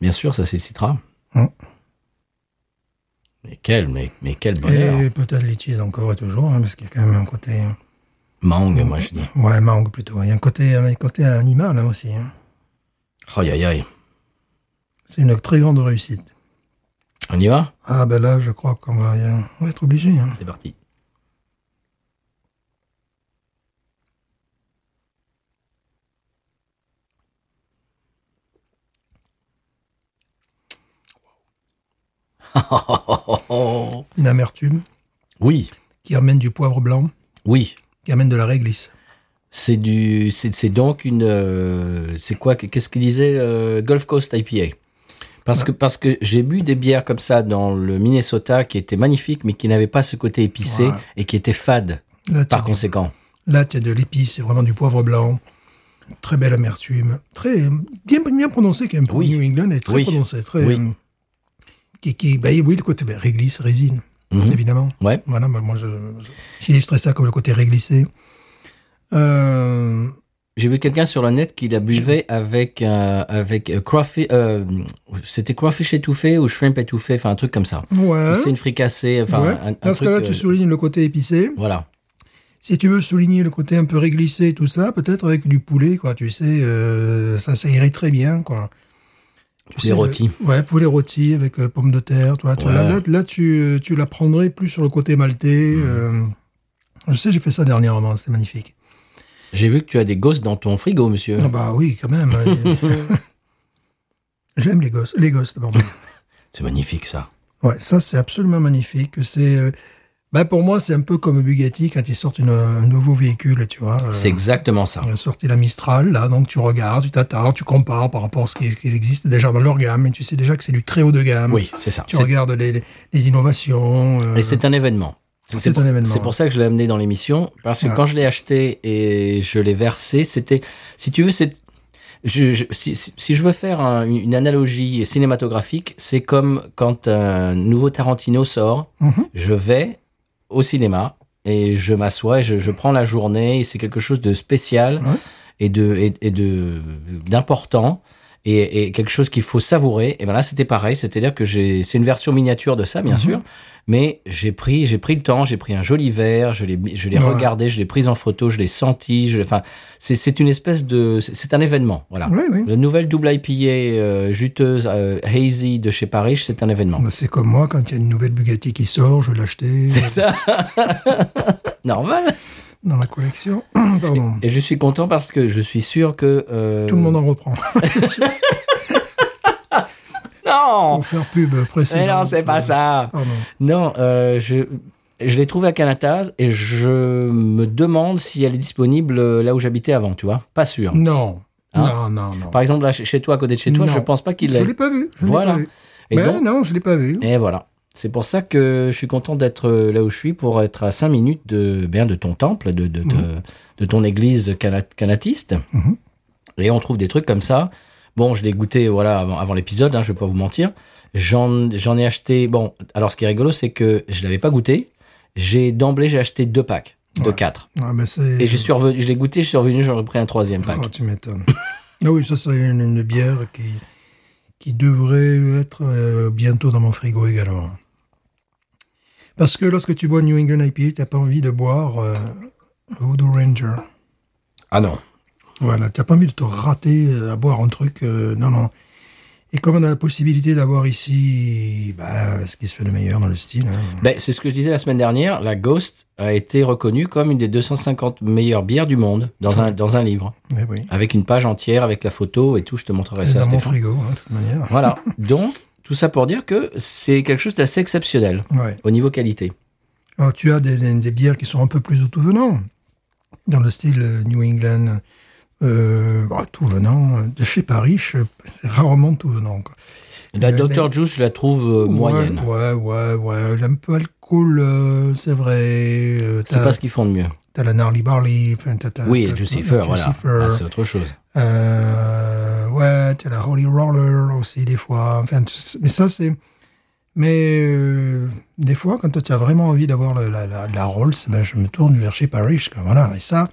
Speaker 1: Bien sûr, ça, c'est le citrat.
Speaker 2: Mm.
Speaker 1: Mais quel, mais, mais quel bonheur.
Speaker 2: et peut-être les cheese encore et toujours, hein, parce qu'il y a quand même un côté...
Speaker 1: Mangue, moi, je dis.
Speaker 2: Ouais, mangue plutôt. Il y a un côté, un côté animal là aussi. hein.
Speaker 1: Oh, Aïe, aïe, aïe.
Speaker 2: C'est une très grande réussite.
Speaker 1: On y va
Speaker 2: Ah ben là, je crois qu'on va, euh, on va être obligé. hein.
Speaker 1: C'est parti.
Speaker 2: Une amertume
Speaker 1: Oui,
Speaker 2: qui amène du poivre blanc,
Speaker 1: oui.
Speaker 2: qui amène de la réglisse.
Speaker 1: C'est du, c'est c'est donc une, euh, c'est quoi, qu'est-ce qu'il disait euh, Gulf Coast IPA. Parce que parce que j'ai bu des bières comme ça dans le Minnesota qui étaient magnifiques mais qui n'avaient pas ce côté épicé
Speaker 2: Ouais.
Speaker 1: et qui étaient fades
Speaker 2: Là,
Speaker 1: par
Speaker 2: tu as,
Speaker 1: conséquent.
Speaker 2: là, tu as de l'épice, c'est vraiment du poivre blanc. Très belle amertume. Très euh, bien, bien prononcé quand même pour
Speaker 1: Oui.
Speaker 2: New England. Et très
Speaker 1: Oui.
Speaker 2: prononcé. Très,
Speaker 1: Oui.
Speaker 2: euh, qui, qui, bah, oui, le côté bah, réglisse, résine,
Speaker 1: Mhm.
Speaker 2: évidemment.
Speaker 1: Ouais.
Speaker 2: Voilà, bah, moi, je- je- j'illustrais ça comme le côté réglissé. Euh,
Speaker 1: J'ai vu quelqu'un sur le net qui la buvait avec euh, avec euh, crawfish, euh, c'était crawfish étouffé ou shrimp étouffé, enfin un truc comme ça.
Speaker 2: ouais.
Speaker 1: C'est une fricassée, enfin
Speaker 2: Hein? Ouais.
Speaker 1: un, un
Speaker 2: Dans ce
Speaker 1: truc.
Speaker 2: cas-là, tu
Speaker 1: euh,
Speaker 2: soulignes le côté épicé.
Speaker 1: Voilà.
Speaker 2: Si tu veux souligner le côté un peu réglissé, tout ça, peut-être avec du poulet, quoi. Tu sais, euh, ça, ça irait très bien, quoi. Tu
Speaker 1: Poulet
Speaker 2: sais, le-
Speaker 1: rôti.
Speaker 2: ouais, poulet rôti avec euh, pommes de terre, toi. Tu,
Speaker 1: Ouais. Mmh.
Speaker 2: là, là, là, tu, euh, tu la prendrais plus sur le côté maltais. euh, je sais, j'ai fait ça dernièrement, c'était magnifique.
Speaker 1: J'ai vu que tu as des gosses dans ton frigo, monsieur.
Speaker 2: Ah bah oui, quand même. hein.
Speaker 1: [laughs]
Speaker 2: J'aime les gosses, les gosses, pardon.
Speaker 1: C'est magnifique ça.
Speaker 2: Ouais, ça c'est absolument magnifique. C'est, euh, bah pour moi, c'est un peu comme Bugatti quand ils sortent une- un nouveau véhicule, tu vois. euh,
Speaker 1: C'est exactement ça.
Speaker 2: On a sorti la Mistral, là, donc tu regardes, tu t'attends, tu compares par rapport à ce qui, qui existe déjà dans leur gamme, et tu sais déjà que c'est du très haut de gamme.
Speaker 1: Oui, c'est ça.
Speaker 2: Tu
Speaker 1: C'est-
Speaker 2: regardes les, les- les innovations. euh,
Speaker 1: Et c'est un événement.
Speaker 2: C'est
Speaker 1: pour-
Speaker 2: un événement, Ah.
Speaker 1: C'est
Speaker 2: ouais.
Speaker 1: pour ça que je l'ai amené dans l'émission, parce que
Speaker 2: Ouais.
Speaker 1: quand je l'ai acheté et je l'ai versé, c'était, si tu veux, c'est, je, je- si, si- si je veux faire un- une analogie cinématographique, c'est comme quand un nouveau Tarantino sort,
Speaker 2: Mhm.
Speaker 1: je vais au cinéma et je m'assois et je, je prends la journée et c'est quelque chose de spécial
Speaker 2: Ouais.
Speaker 1: et de et, et de d'important et, et quelque chose qu'il faut savourer et ben là c'était pareil c'est-à-dire que j'ai c'est une version miniature de ça
Speaker 2: Mhm.
Speaker 1: bien sûr mais j'ai pris j'ai pris le temps j'ai pris un joli verre je l'ai je l'ai
Speaker 2: Ouais.
Speaker 1: regardé je l'ai pris en photo je l'ai senti je enfin c'est c'est une espèce de c'est c'est un événement voilà
Speaker 2: Oui, oui.
Speaker 1: la nouvelle double IPA euh, juteuse euh, hazy de chez Paris c'est un événement
Speaker 2: Bah, C'est comme moi, quand il y a une nouvelle Bugatti qui sort, je vais l'acheter
Speaker 1: [laughs] c'est ça normal
Speaker 2: dans ma collection. [clears throat] Pardon.
Speaker 1: Et je suis content parce que je suis sûr que. euh,
Speaker 2: Tout le monde
Speaker 1: [laughs]
Speaker 2: en reprend.
Speaker 1: Non
Speaker 2: [laughs] Pour faire pub précédente.
Speaker 1: Mais non, c'est pas
Speaker 2: euh,
Speaker 1: ça
Speaker 2: Pardon.
Speaker 1: Non, euh, je. Je l'ai trouvé à Canataz et je me demande si elle est disponible euh, là où j'habitais avant, tu vois. Pas sûr.
Speaker 2: Non.
Speaker 1: Hein
Speaker 2: non, non, non.
Speaker 1: Par exemple, là, chez- chez toi, à côté de chez toi,
Speaker 2: Non.
Speaker 1: je pense pas qu'il
Speaker 2: Je
Speaker 1: l'ait.
Speaker 2: l'ai pas vu. Je l'ai
Speaker 1: Voilà.
Speaker 2: pas vu.
Speaker 1: Et
Speaker 2: Ben
Speaker 1: donc,
Speaker 2: non, je l'ai pas vu.
Speaker 1: et voilà. C'est pour ça que je suis content d'être euh, là où je suis pour être à 5 minutes de, bien, de ton temple, de, de, de- de ton église cana- canatiste.
Speaker 2: Mhm.
Speaker 1: Et on trouve des trucs comme ça. Bon, je l'ai goûté voilà, avant, avant l'épisode, hein, je ne vais pas vous mentir. J'en j'en ai acheté. Bon, alors ce qui est rigolo, c'est que je ne l'avais pas goûté. J'ai D'emblée, j'ai acheté deux packs de
Speaker 2: Ouais.
Speaker 1: quatre.
Speaker 2: Ah, ben, c'est-
Speaker 1: Et je, suis revenu- je l'ai goûté, je suis revenu, j'en ai pris un troisième pack.
Speaker 2: Oh, tu m'étonnes. ah oui, ça, c'est une, une bière qui, qui devrait être euh, bientôt dans mon frigo également. Parce que lorsque tu bois New England IPA, tu n'as pas envie de boire euh, Voodoo Ranger.
Speaker 1: Ah non.
Speaker 2: Voilà, tu n'as pas envie de te rater euh, à boire un truc. euh, non, non. Et comme on a la possibilité d'avoir ici bah, ce qui se fait de meilleur dans le style. hein.
Speaker 1: Ben, c'est ce que je disais la semaine dernière. La Ghost a été reconnue comme une des 250 meilleures bières du monde dans un, dans un livre.
Speaker 2: Mais Eh oui.
Speaker 1: avec une page entière, avec la photo et tout. Je te montrerai ça,
Speaker 2: dans mon
Speaker 1: Stéphane.
Speaker 2: frigo, hein, de toute manière.
Speaker 1: Voilà. Donc, tout ça pour dire que c'est quelque chose d'assez exceptionnel
Speaker 2: Ouais.
Speaker 1: au niveau qualité.
Speaker 2: Alors, tu as des, des- des bières qui sont un peu plus ou tout venant, dans le style euh, New England, euh, bon, tout venant, euh, de chez Paris, je- c'est rarement tout venant. Quoi.
Speaker 1: La
Speaker 2: Mais-
Speaker 1: Dr. Juice, je la trouve euh, moyenne.
Speaker 2: Ouais, ouais, ouais, ouais, elle est un peu alcoolique, cool, euh, c'est vrai. euh, euh,
Speaker 1: C'est
Speaker 2: t'as-
Speaker 1: pas ce qu'ils font de mieux.
Speaker 2: T'as la Gnarly Barley. enfin, t'as- t'as-
Speaker 1: Oui,
Speaker 2: t'as-
Speaker 1: Lucifer,
Speaker 2: t'as
Speaker 1: voilà.
Speaker 2: Lucifer.
Speaker 1: Ah, c'est autre chose.
Speaker 2: Euh, ouais, t'as la Holy Roller aussi, des fois. Enfin, tout ça- mais ça, c'est. Mais euh, des fois, quand tu as vraiment envie d'avoir le- la, la, la Rolls, ben, je me tourne vers chez Parrish. quoi, Voilà. Et ça,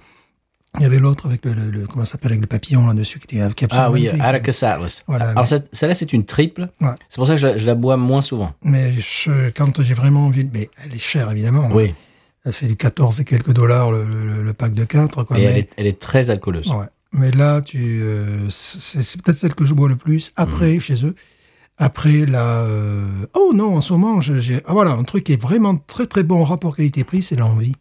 Speaker 2: il y avait l'autre avec le, le, le- comment ça s'appelle, avec le papillon là-dessus qui était qui est
Speaker 1: Ah
Speaker 2: absolument
Speaker 1: oui,
Speaker 2: magnifique.
Speaker 1: Arrakis Atlas.
Speaker 2: Voilà,
Speaker 1: Alors
Speaker 2: oui.
Speaker 1: cette- celle-là, c'est une triple.
Speaker 2: Ouais.
Speaker 1: C'est pour ça que je la, je la bois moins souvent.
Speaker 2: Mais je- quand j'ai vraiment envie. Mais elle est chère, évidemment.
Speaker 1: Oui.
Speaker 2: Elle fait du 14 et quelques dollars le, le- le- le pack de 4. Quoi,
Speaker 1: Et
Speaker 2: mais,
Speaker 1: elle est, elle est très alcooleuse.
Speaker 2: ouais. mais là, tu, euh, c'est c'est peut-être celle que je bois le plus
Speaker 1: Mhm.
Speaker 2: après, chez eux. Après, la... euh, Oh non, en ce moment, je- j'ai. Ah voilà, un truc qui est vraiment très très bon en rapport qualité-prix, c'est l'envie.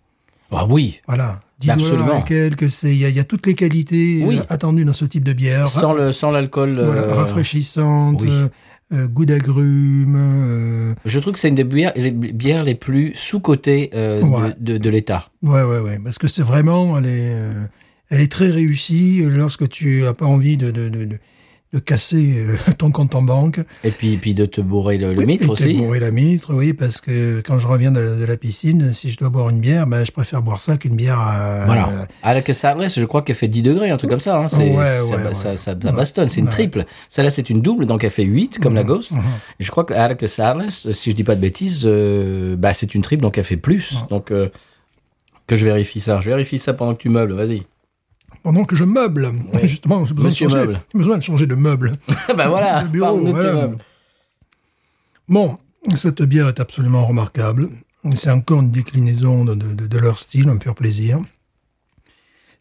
Speaker 1: Ah oui.
Speaker 2: Voilà. 10
Speaker 1: Bah, Absolument.
Speaker 2: dollars et quelques, c'est- il y, a- il y a toutes les qualités
Speaker 1: Oui.
Speaker 2: euh, attendues dans ce type de bière.
Speaker 1: Sans le, sans l'alcool. euh,
Speaker 2: Voilà, rafraîchissante,
Speaker 1: oui.
Speaker 2: euh, euh, goût d'agrumes. euh,
Speaker 1: Je trouve que c'est une des bières les, bières les plus sous-cotées euh,
Speaker 2: Ouais.
Speaker 1: de, de, de l'État.
Speaker 2: Ouais, ouais, ouais. Parce que c'est vraiment, elle est, euh, elle est très réussie euh, lorsque tu as pas envie de, de, de, de, de casser euh, [laughs] ton compte en banque.
Speaker 1: Et puis, puis de te bourrer le, le
Speaker 2: Oui,
Speaker 1: mitre
Speaker 2: et
Speaker 1: aussi.
Speaker 2: bourrer euh, la mitre, oui, parce que quand je reviens de la, de la piscine, si je dois boire une bière, ben, je préfère boire ça qu'une bière euh, à...
Speaker 1: Voilà. Alors que ça reste, je crois qu'elle fait 10 degrés, un truc comme ça. Hein. C'est-
Speaker 2: Ouais,
Speaker 1: ça,
Speaker 2: ouais, ouais.
Speaker 1: ça, ça- ça
Speaker 2: Ouais.
Speaker 1: bastonne. C'est une
Speaker 2: Ouais.
Speaker 1: triple. Celle-là, c'est une double, donc elle fait 8, comme la Ghost.
Speaker 2: Mhm.
Speaker 1: Et je crois que alors que ça reste, si je dis pas de bêtises, euh, bah, c'est une triple, donc elle fait plus. Donc, euh, que je vérifie ça. Je vérifie ça pendant que tu meubles, vas-y. [laughs]
Speaker 2: Pendant que je meuble,
Speaker 1: Oui.
Speaker 2: [laughs] justement, j'ai besoin, de
Speaker 1: Monsieur
Speaker 2: changer-
Speaker 1: meuble.
Speaker 2: j'ai besoin de changer de meuble.
Speaker 1: bah voilà,
Speaker 2: Le bureau,
Speaker 1: parle de tes
Speaker 2: voilà.
Speaker 1: meubles.
Speaker 2: Bon, cette bière est absolument remarquable. C'est encore une déclinaison de, de- de- de leur style, un pur plaisir.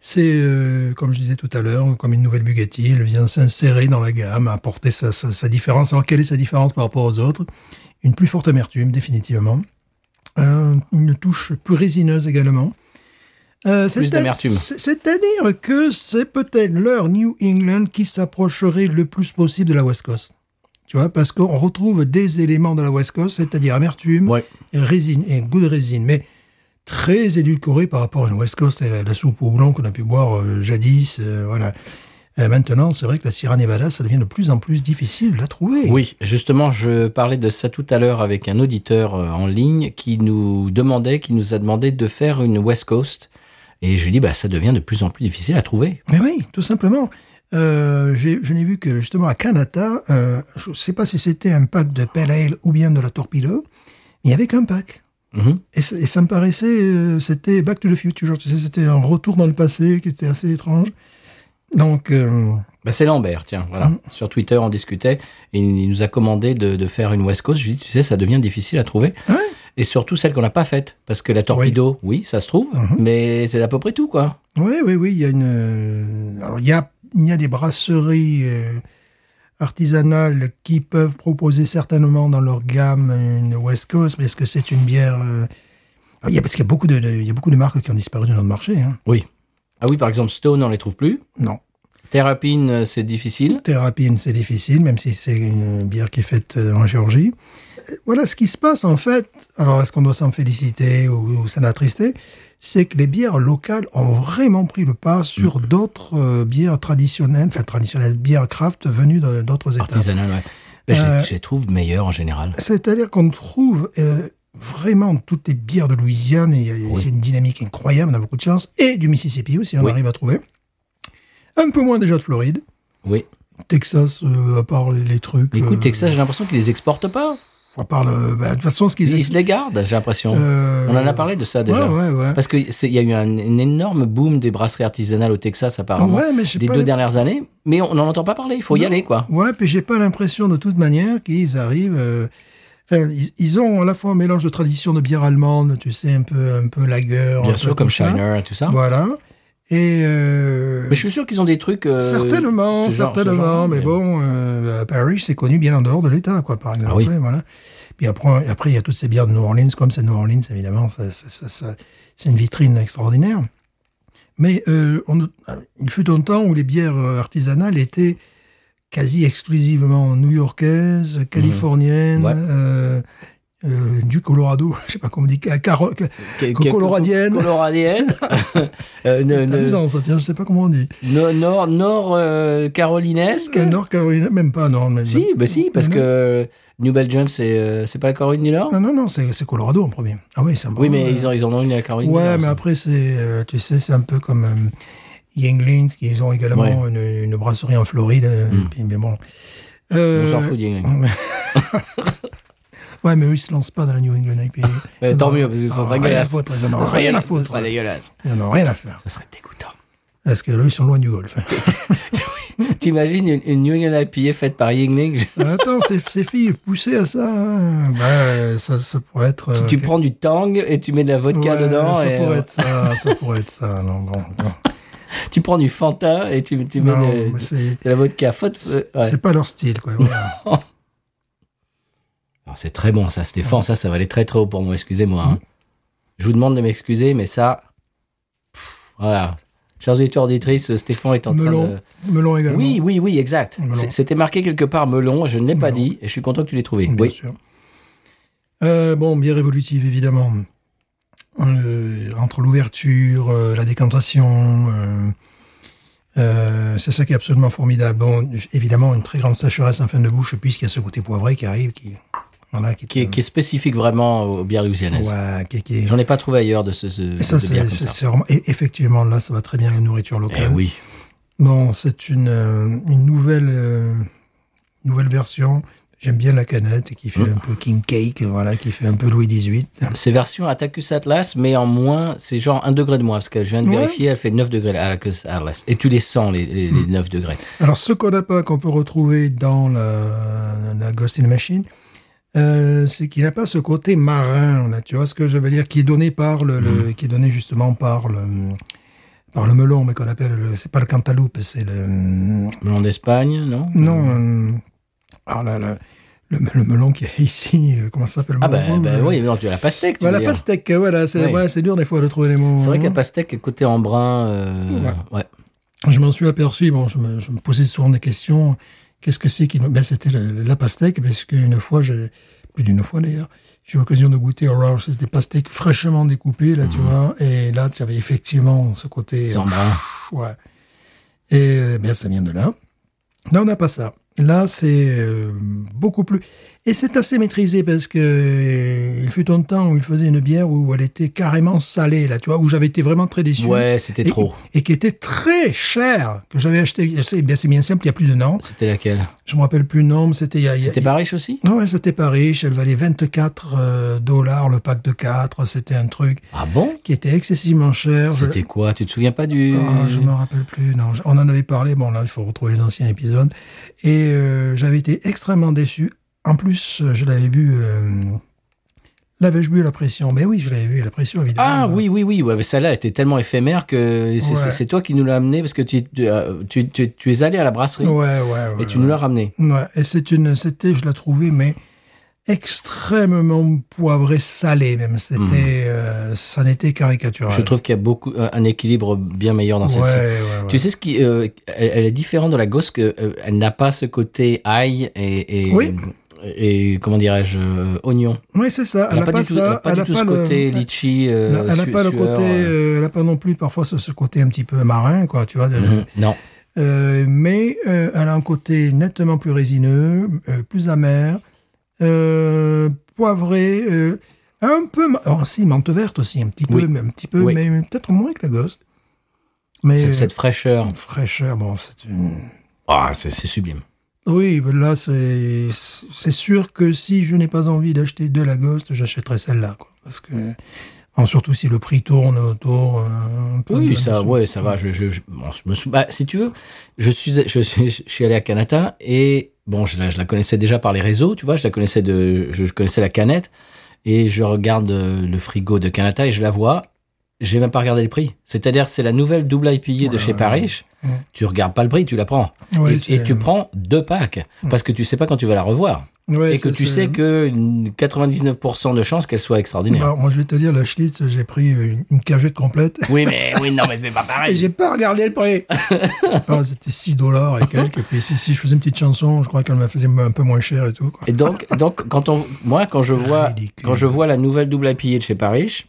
Speaker 2: C'est, euh, comme je disais tout à l'heure, comme une nouvelle Bugatti. Elle vient s'insérer dans la gamme, apporter sa, sa- sa différence. Alors, quelle est sa différence par rapport aux autres Une plus forte amertume, définitivement. Euh, une touche plus résineuse également. Euh,
Speaker 1: Plus
Speaker 2: c'est-
Speaker 1: d'amertume.
Speaker 2: c'est- C'est-à-dire que c'est peut-être leur New England qui s'approcherait le plus possible de la West Coast. Tu vois, parce qu'on retrouve des éléments de la West Coast, c'est-à-dire amertume,
Speaker 1: Ouais.
Speaker 2: et résine et goût de résine, mais très édulcoré par rapport à une West Coast et la, la soupe au houblon qu'on a pu boire euh, jadis. euh, voilà. Euh, maintenant, c'est vrai que la Sierra Nevada, ça devient de plus en plus difficile de la trouver.
Speaker 1: Oui, justement, je parlais de ça tout à l'heure avec un auditeur euh, en ligne qui nous demandait, qui nous a demandé de faire une West Coast. Et je lui dis, bah, ça devient de plus en plus difficile à trouver.
Speaker 2: Mais oui, tout simplement. Euh, j'ai- je n'ai vu que justement à Canada, euh, je ne sais pas si c'était un pack de Pale Ale ou bien de la Torpedo, mais il n'y avait qu'un pack.
Speaker 1: Mhm.
Speaker 2: Et, ça- et ça me paraissait, euh, c'était Back to the Future, tu sais, c'était un retour dans le passé qui était assez étrange. Donc, euh,
Speaker 1: Bah, c'est Lambert, tiens, voilà.
Speaker 2: Mhm.
Speaker 1: Sur Twitter, on discutait et il nous a commandé de, de faire une West Coast. Je lui ai dit, tu sais, ça devient difficile à trouver.
Speaker 2: Ah Ouais.
Speaker 1: Et surtout celle qu'on n'a pas faite. Parce que la Torpedo, oui, ça se trouve,
Speaker 2: Mhm.
Speaker 1: mais c'est à peu près tout, quoi.
Speaker 2: Oui, oui, oui, il y a une. euh, Alors, il y a, il y a des brasseries euh, artisanales qui peuvent proposer certainement dans leur gamme une West Coast, mais est-ce que c'est une bière. euh, ah, il y a, parce qu'il y, a beaucoup de, de- il y a beaucoup de marques qui ont disparu de notre marché. Hein.
Speaker 1: Oui. Ah oui, par exemple, Stone, on les trouve plus.
Speaker 2: Non.
Speaker 1: Therapine, euh, c'est difficile.
Speaker 2: Thérapine, c'est difficile, même si c'est une bière qui est faite euh, en Géorgie. Euh, Voilà ce qui se passe en fait. Alors, est-ce qu'on doit s'en féliciter ou, ou s'en attrister C'est que les bières locales ont vraiment pris le pas sur d'autres euh, bières traditionnelles, enfin traditionnelles, bières craft venues de- d'autres États.
Speaker 1: Artisanale, ouais. Mais je-
Speaker 2: Euh,
Speaker 1: je les trouve meilleures en général.
Speaker 2: C'est-à-dire qu'on trouve euh, vraiment toutes les bières de Louisiane, et, euh,
Speaker 1: Oui.
Speaker 2: c'est une dynamique incroyable, on a beaucoup de chance, et du Mississippi aussi, on
Speaker 1: Oui.
Speaker 2: arrive à trouver. Un peu moins déjà de Floride.
Speaker 1: Oui.
Speaker 2: Texas, euh, à part les, les trucs.
Speaker 1: Mais Écoute,
Speaker 2: euh,
Speaker 1: Texas, j'ai l'impression qu'ils les exportent pas.
Speaker 2: On parle, bah, de toute façon, ce qu'ils
Speaker 1: Ils se les gardent, j'ai l'impression.
Speaker 2: Euh,
Speaker 1: On en a parlé de ça déjà.
Speaker 2: Ouais, ouais, ouais.
Speaker 1: Parce qu'il y a eu un, un énorme boom des brasseries artisanales au Texas, apparemment,
Speaker 2: Ouais, mais je sais
Speaker 1: des
Speaker 2: pas.
Speaker 1: deux dernières années. Mais on n'en entend pas parler. Il faut y
Speaker 2: Non.
Speaker 1: aller, quoi.
Speaker 2: Ouais, puis j'ai pas l'impression de toute manière qu'ils arrivent. euh, Enfin, ils, ils ont à la fois un mélange de tradition de bière allemande, tu sais, un peu, un peu lager. un
Speaker 1: Bien
Speaker 2: peu
Speaker 1: sûr, comme
Speaker 2: ça.
Speaker 1: Shiner et tout ça.
Speaker 2: Voilà. Et euh,
Speaker 1: Hein Mais je suis sûr qu'ils ont des trucs. euh,
Speaker 2: certainement,
Speaker 1: ce genre- ce
Speaker 2: certainement.
Speaker 1: genre,
Speaker 2: mais bon, euh, Parrish, c'est connu bien en dehors de l'État, quoi, par exemple.
Speaker 1: Ah oui.
Speaker 2: Voilà. Puis après, après, il y a toutes ces bières de New Orleans, comme c'est New Orleans, évidemment, ça- ça- ça- ça- c'est une vitrine extraordinaire. Mais euh, on, il fut un temps où les bières euh, artisanales étaient quasi exclusivement new-yorkaises, californiennes,
Speaker 1: Mhm. Ouais.
Speaker 2: euh, euh, du Colorado, [laughs] je sais pas comment on dit, ca- caro- ca-
Speaker 1: Que- que-
Speaker 2: coloradienne.
Speaker 1: Coloradienne. [laughs] Euh, ne-
Speaker 2: C'est
Speaker 1: ne-
Speaker 2: amusant, ça, tiens, je sais pas comment on dit.
Speaker 1: no- nord, nord euh, carolinesque.
Speaker 2: Euh, Nord Carolina, même pas, non. Ah. Mais,
Speaker 1: Si, bah si, parce que New Belgium, c'est euh, c'est pas la Caroline du Nord
Speaker 2: Non, non, non, c'est c'est Colorado en premier. Ah oui, c'est un
Speaker 1: Oui,
Speaker 2: bon,
Speaker 1: mais
Speaker 2: euh,
Speaker 1: ils, en, ils en ont une à la Caroline
Speaker 2: Ouais,
Speaker 1: du
Speaker 2: mais
Speaker 1: Nord.
Speaker 2: après, c'est, euh, tu sais, c'est un peu comme euh, Yingling, ils ont également une, une brasserie en Floride. euh, puis- mais bon.
Speaker 1: Mm. On
Speaker 2: Euh,
Speaker 1: s'en fout d'Yingling.
Speaker 2: ouais, mais eux, ils se lancent pas dans la New
Speaker 1: [laughs]
Speaker 2: England
Speaker 1: Mais
Speaker 2: IPA. Ils en
Speaker 1: Eh, tant
Speaker 2: ont-
Speaker 1: mieux, parce que
Speaker 2: ils en
Speaker 1: c'est
Speaker 2: ont rien à
Speaker 1: dégueulasse.
Speaker 2: foutre. Ils en ont
Speaker 1: Ça serait-
Speaker 2: rien à
Speaker 1: Ça
Speaker 2: foutre.
Speaker 1: serait dégueulasse.
Speaker 2: Ils en ont rien à faire.
Speaker 1: Ça serait dégoûtant.
Speaker 2: Parce que là, ils sont loin
Speaker 1: [laughs]
Speaker 2: du golf.
Speaker 1: T'imagines une, une Union IPA faite par Yingling je-
Speaker 2: Attends, ces, ces filles poussées à ça, hein, bah, euh, ça, ça pourrait être.
Speaker 1: Tu,
Speaker 2: euh,
Speaker 1: tu
Speaker 2: quelque-
Speaker 1: prends du tang et tu mets de la vodka
Speaker 2: Ouais,
Speaker 1: dedans.
Speaker 2: Ça
Speaker 1: et,
Speaker 2: pourrait
Speaker 1: euh,
Speaker 2: être ça, ça pourrait être ça. Non, bon. non.
Speaker 1: Tu prends du Fanta et tu, tu mets
Speaker 2: Non,
Speaker 1: de,
Speaker 2: mais c'est
Speaker 1: de la vodka. Faute, euh, ouais.
Speaker 2: c'est pas leur
Speaker 1: [laughs]
Speaker 2: style, quoi. voilà.
Speaker 1: Alors, C'est très bon, ça, Stéphane. Ça, ça va aller très très haut pour moi. Excusez-moi. hein. Je vous demande de m'excuser, mais ça. pff, voilà. Chers auditeurs, auditrices, Stéphane est en
Speaker 2: melon,
Speaker 1: train de.
Speaker 2: melon également.
Speaker 1: Oui, oui, oui, exact.
Speaker 2: Melon.
Speaker 1: C'est- C'était marqué quelque part melon, je ne l'ai pas
Speaker 2: Melon.
Speaker 1: dit et je suis content que tu l'aies trouvé.
Speaker 2: bien
Speaker 1: oui.
Speaker 2: sûr. Euh, bon, bière évolutive, évidemment. Euh, entre l'ouverture, euh, la décantation, euh, euh, c'est ça qui est absolument formidable. Bon, évidemment, une très grande sécheresse en fin de bouche, puisqu'il y a ce côté poivré qui arrive, qui, voilà, qui,
Speaker 1: Qui est, qui est spécifique vraiment aux bières louisianaises.
Speaker 2: Ouais, qui- qui est-
Speaker 1: J'en ai pas trouvé ailleurs de ce, ce
Speaker 2: Et ça,
Speaker 1: de bière
Speaker 2: c'est
Speaker 1: comme ça.
Speaker 2: c'est vraiment- et effectivement, là, ça va très bien avec la nourriture
Speaker 1: Eh
Speaker 2: locale.
Speaker 1: oui.
Speaker 2: Bon, c'est une, euh, une nouvelle, euh, nouvelle version. J'aime bien la canette qui fait un
Speaker 1: Mm.
Speaker 2: peu King Cake, voilà, qui fait un peu Louis XVIII.
Speaker 1: C'est version Atacus Atlas, mais en moins, c'est genre 1 degré de moins, parce que je viens de
Speaker 2: Ouais.
Speaker 1: vérifier, elle fait 9 degrés la Atacus Atlas. Et tu les sens, les, les-
Speaker 2: Mm.
Speaker 1: les 9 degrés.
Speaker 2: Alors, ce qu'on n'a pas, qu'on peut retrouver dans la, la Ghost in the Machine, euh, c'est qu'il n'a pas ce côté marin, là, tu vois ce que je veux dire, qui est donné par le,
Speaker 1: Mm.
Speaker 2: le- qui est donné justement par le, par le melon, mais qu'on appelle, le- c'est pas le cantaloupe, c'est le,
Speaker 1: Melon d'Espagne, non Mm.
Speaker 2: Non. euh, ah là là, le, le melon qui est [laughs] ici, euh, comment ça s'appelle le
Speaker 1: Ah,
Speaker 2: melon
Speaker 1: ben, ben
Speaker 2: euh,
Speaker 1: oui, non, tu as la pastèque, tu
Speaker 2: voilà,
Speaker 1: veux
Speaker 2: la
Speaker 1: dire.
Speaker 2: pastèque, voilà, c'est
Speaker 1: Oui.
Speaker 2: ouais, c'est dur des fois de trouver les mots. hein.
Speaker 1: C'est vrai que la pastèque est côté en brun. euh,
Speaker 2: Ouais.
Speaker 1: ouais.
Speaker 2: Je m'en suis aperçu, bon, je me, je me posais souvent des questions. Qu'est-ce que c'est qui nous- ben, C'était la, la pastèque, parce qu'une fois, j'ai- plus d'une fois d'ailleurs, j'ai eu l'occasion de goûter au Rouse. C'est des pastèques fraîchement découpées, là, tu vois. Et là, tu avais effectivement ce côté.
Speaker 1: Mmh. C'est en brun.
Speaker 2: Ouais. Et euh, ben, ça vient de là. Là, on n'a pas ça. Là, c'est euh, beaucoup plus. Et c'est assez maîtrisé parce que euh, il fut un temps où il faisait une bière où elle était carrément salée, là, tu vois, où j'avais été vraiment très déçu.
Speaker 1: Ouais, c'était
Speaker 2: Et-
Speaker 1: trop.
Speaker 2: Et qui était très chère, que j'avais acheté. C'est bien, c'est bien simple, il n'y a plus de nom.
Speaker 1: C'était laquelle
Speaker 2: Je me rappelle plus le nom, mais c'était il y a. il y a-
Speaker 1: C'était pas riche aussi
Speaker 2: Non, ouais, c'était pas riche. Elle valait 24 euh, dollars le pack de 4. C'était un truc
Speaker 1: Ah bon
Speaker 2: qui était excessivement cher. Je-
Speaker 1: C'était quoi Tu te souviens pas du.
Speaker 2: ah, je me rappelle plus. Non, je- on en avait parlé. Bon, là, il faut retrouver les anciens épisodes. Et euh, j'avais été extrêmement déçu. En plus, euh, je l'avais bu. euh, L'avais-je bu à la pression Mais oui, je l'avais vu à la pression, évidemment.
Speaker 1: Ah oui, oui, oui. Ouais, mais celle-là était tellement éphémère que c'est
Speaker 2: Hein, Ouais.
Speaker 1: c'est- c'est toi qui nous l'as amenée parce que tu, tu, euh, tu, tu- tu es allé à la brasserie
Speaker 2: Ouais, ouais, ouais.
Speaker 1: et tu nous l'as ramenée.
Speaker 2: Ouais, et c'est une, c'était, je la trouvais, mais extrêmement poivrée, salée même. C'était, euh, ça n'était caricatural.
Speaker 1: Hmm. Je trouve qu'il y a beaucoup un, un équilibre bien meilleur dans
Speaker 2: ouais,
Speaker 1: celle-ci.
Speaker 2: ouais, ouais.
Speaker 1: Tu sais ce qui, euh, elle, elle est différente de la gosse que euh, elle n'a pas ce côté ail et, et,
Speaker 2: Oui.
Speaker 1: et comment dirais-je euh, oignon.
Speaker 2: Oui, c'est ça.
Speaker 1: Elle n'a pas, du tout, elle a
Speaker 2: ça.
Speaker 1: pas du
Speaker 2: a
Speaker 1: tout ce
Speaker 2: le-
Speaker 1: côté litchi.
Speaker 2: Elle
Speaker 1: euh,
Speaker 2: a- elle n'a
Speaker 1: su-
Speaker 2: pas le
Speaker 1: sueur,
Speaker 2: côté,
Speaker 1: euh,
Speaker 2: euh, elle a pas non plus parfois ce, ce côté un petit peu marin, quoi, tu vois. de-
Speaker 1: mhm. Non,
Speaker 2: Euh, mais euh, elle a un côté nettement plus résineux, euh, plus amer, euh, poivré, euh, un peu, ma- oh, si menthe verte aussi, un petit peu,
Speaker 1: Oui.
Speaker 2: mais un petit peu,
Speaker 1: Oui.
Speaker 2: mais peut-être moins que la Ghost. Mais
Speaker 1: cette,
Speaker 2: euh,
Speaker 1: cette fraîcheur.
Speaker 2: fraîcheur, bon, c'est une.
Speaker 1: Ah, c'est c'est sublime.
Speaker 2: Oui, mais là, c'est c'est sûr que si je n'ai pas envie d'acheter de la Ghost, j'achèterai celle-là, quoi, parce que. bon, surtout si le prix tourne autour. euh, un peu de-
Speaker 1: Oui,
Speaker 2: de
Speaker 1: ça,
Speaker 2: ce-
Speaker 1: ouais, ça va. Je, je, je- bon, je me sou- bah, si tu veux, je suis, je suis, je suis allé à Canada et bon, je la, je la connaissais déjà par les réseaux, tu vois, je la connaissais de, je, je connaissais la canette et je regarde euh, le frigo de Canada et je la vois j'ai même pas regardé le prix. C'est-à-dire, c'est la nouvelle double IPA de chez Parish. Tu regardes pas le prix, tu la prends.
Speaker 2: Ouais,
Speaker 1: Et- et,
Speaker 2: c'est-
Speaker 1: tu prends deux packs. Parce que tu sais pas quand tu vas la revoir.
Speaker 2: Ouais,
Speaker 1: et que
Speaker 2: c'est-
Speaker 1: tu
Speaker 2: c'est-
Speaker 1: sais que une 99% de chances qu'elle soit extraordinaire.
Speaker 2: Bah, moi, je vais te dire, la Schlitz, j'ai pris une, une cagette complète.
Speaker 1: Oui, mais, oui, non, mais c'est
Speaker 2: [laughs]
Speaker 1: pas
Speaker 2: Et
Speaker 1: pareil.
Speaker 2: j'ai pas regardé
Speaker 1: [laughs]
Speaker 2: le prix. Je sais pas, C'était 6 dollars et quelques. Et puis si, si je faisais une petite chanson, je crois qu'elle me la faisait un peu moins cher et tout. quoi. Ah,
Speaker 1: Et donc, donc, quand on, moi, quand je vois,
Speaker 2: ridicule.
Speaker 1: quand je vois la nouvelle double IPA de chez Parrish,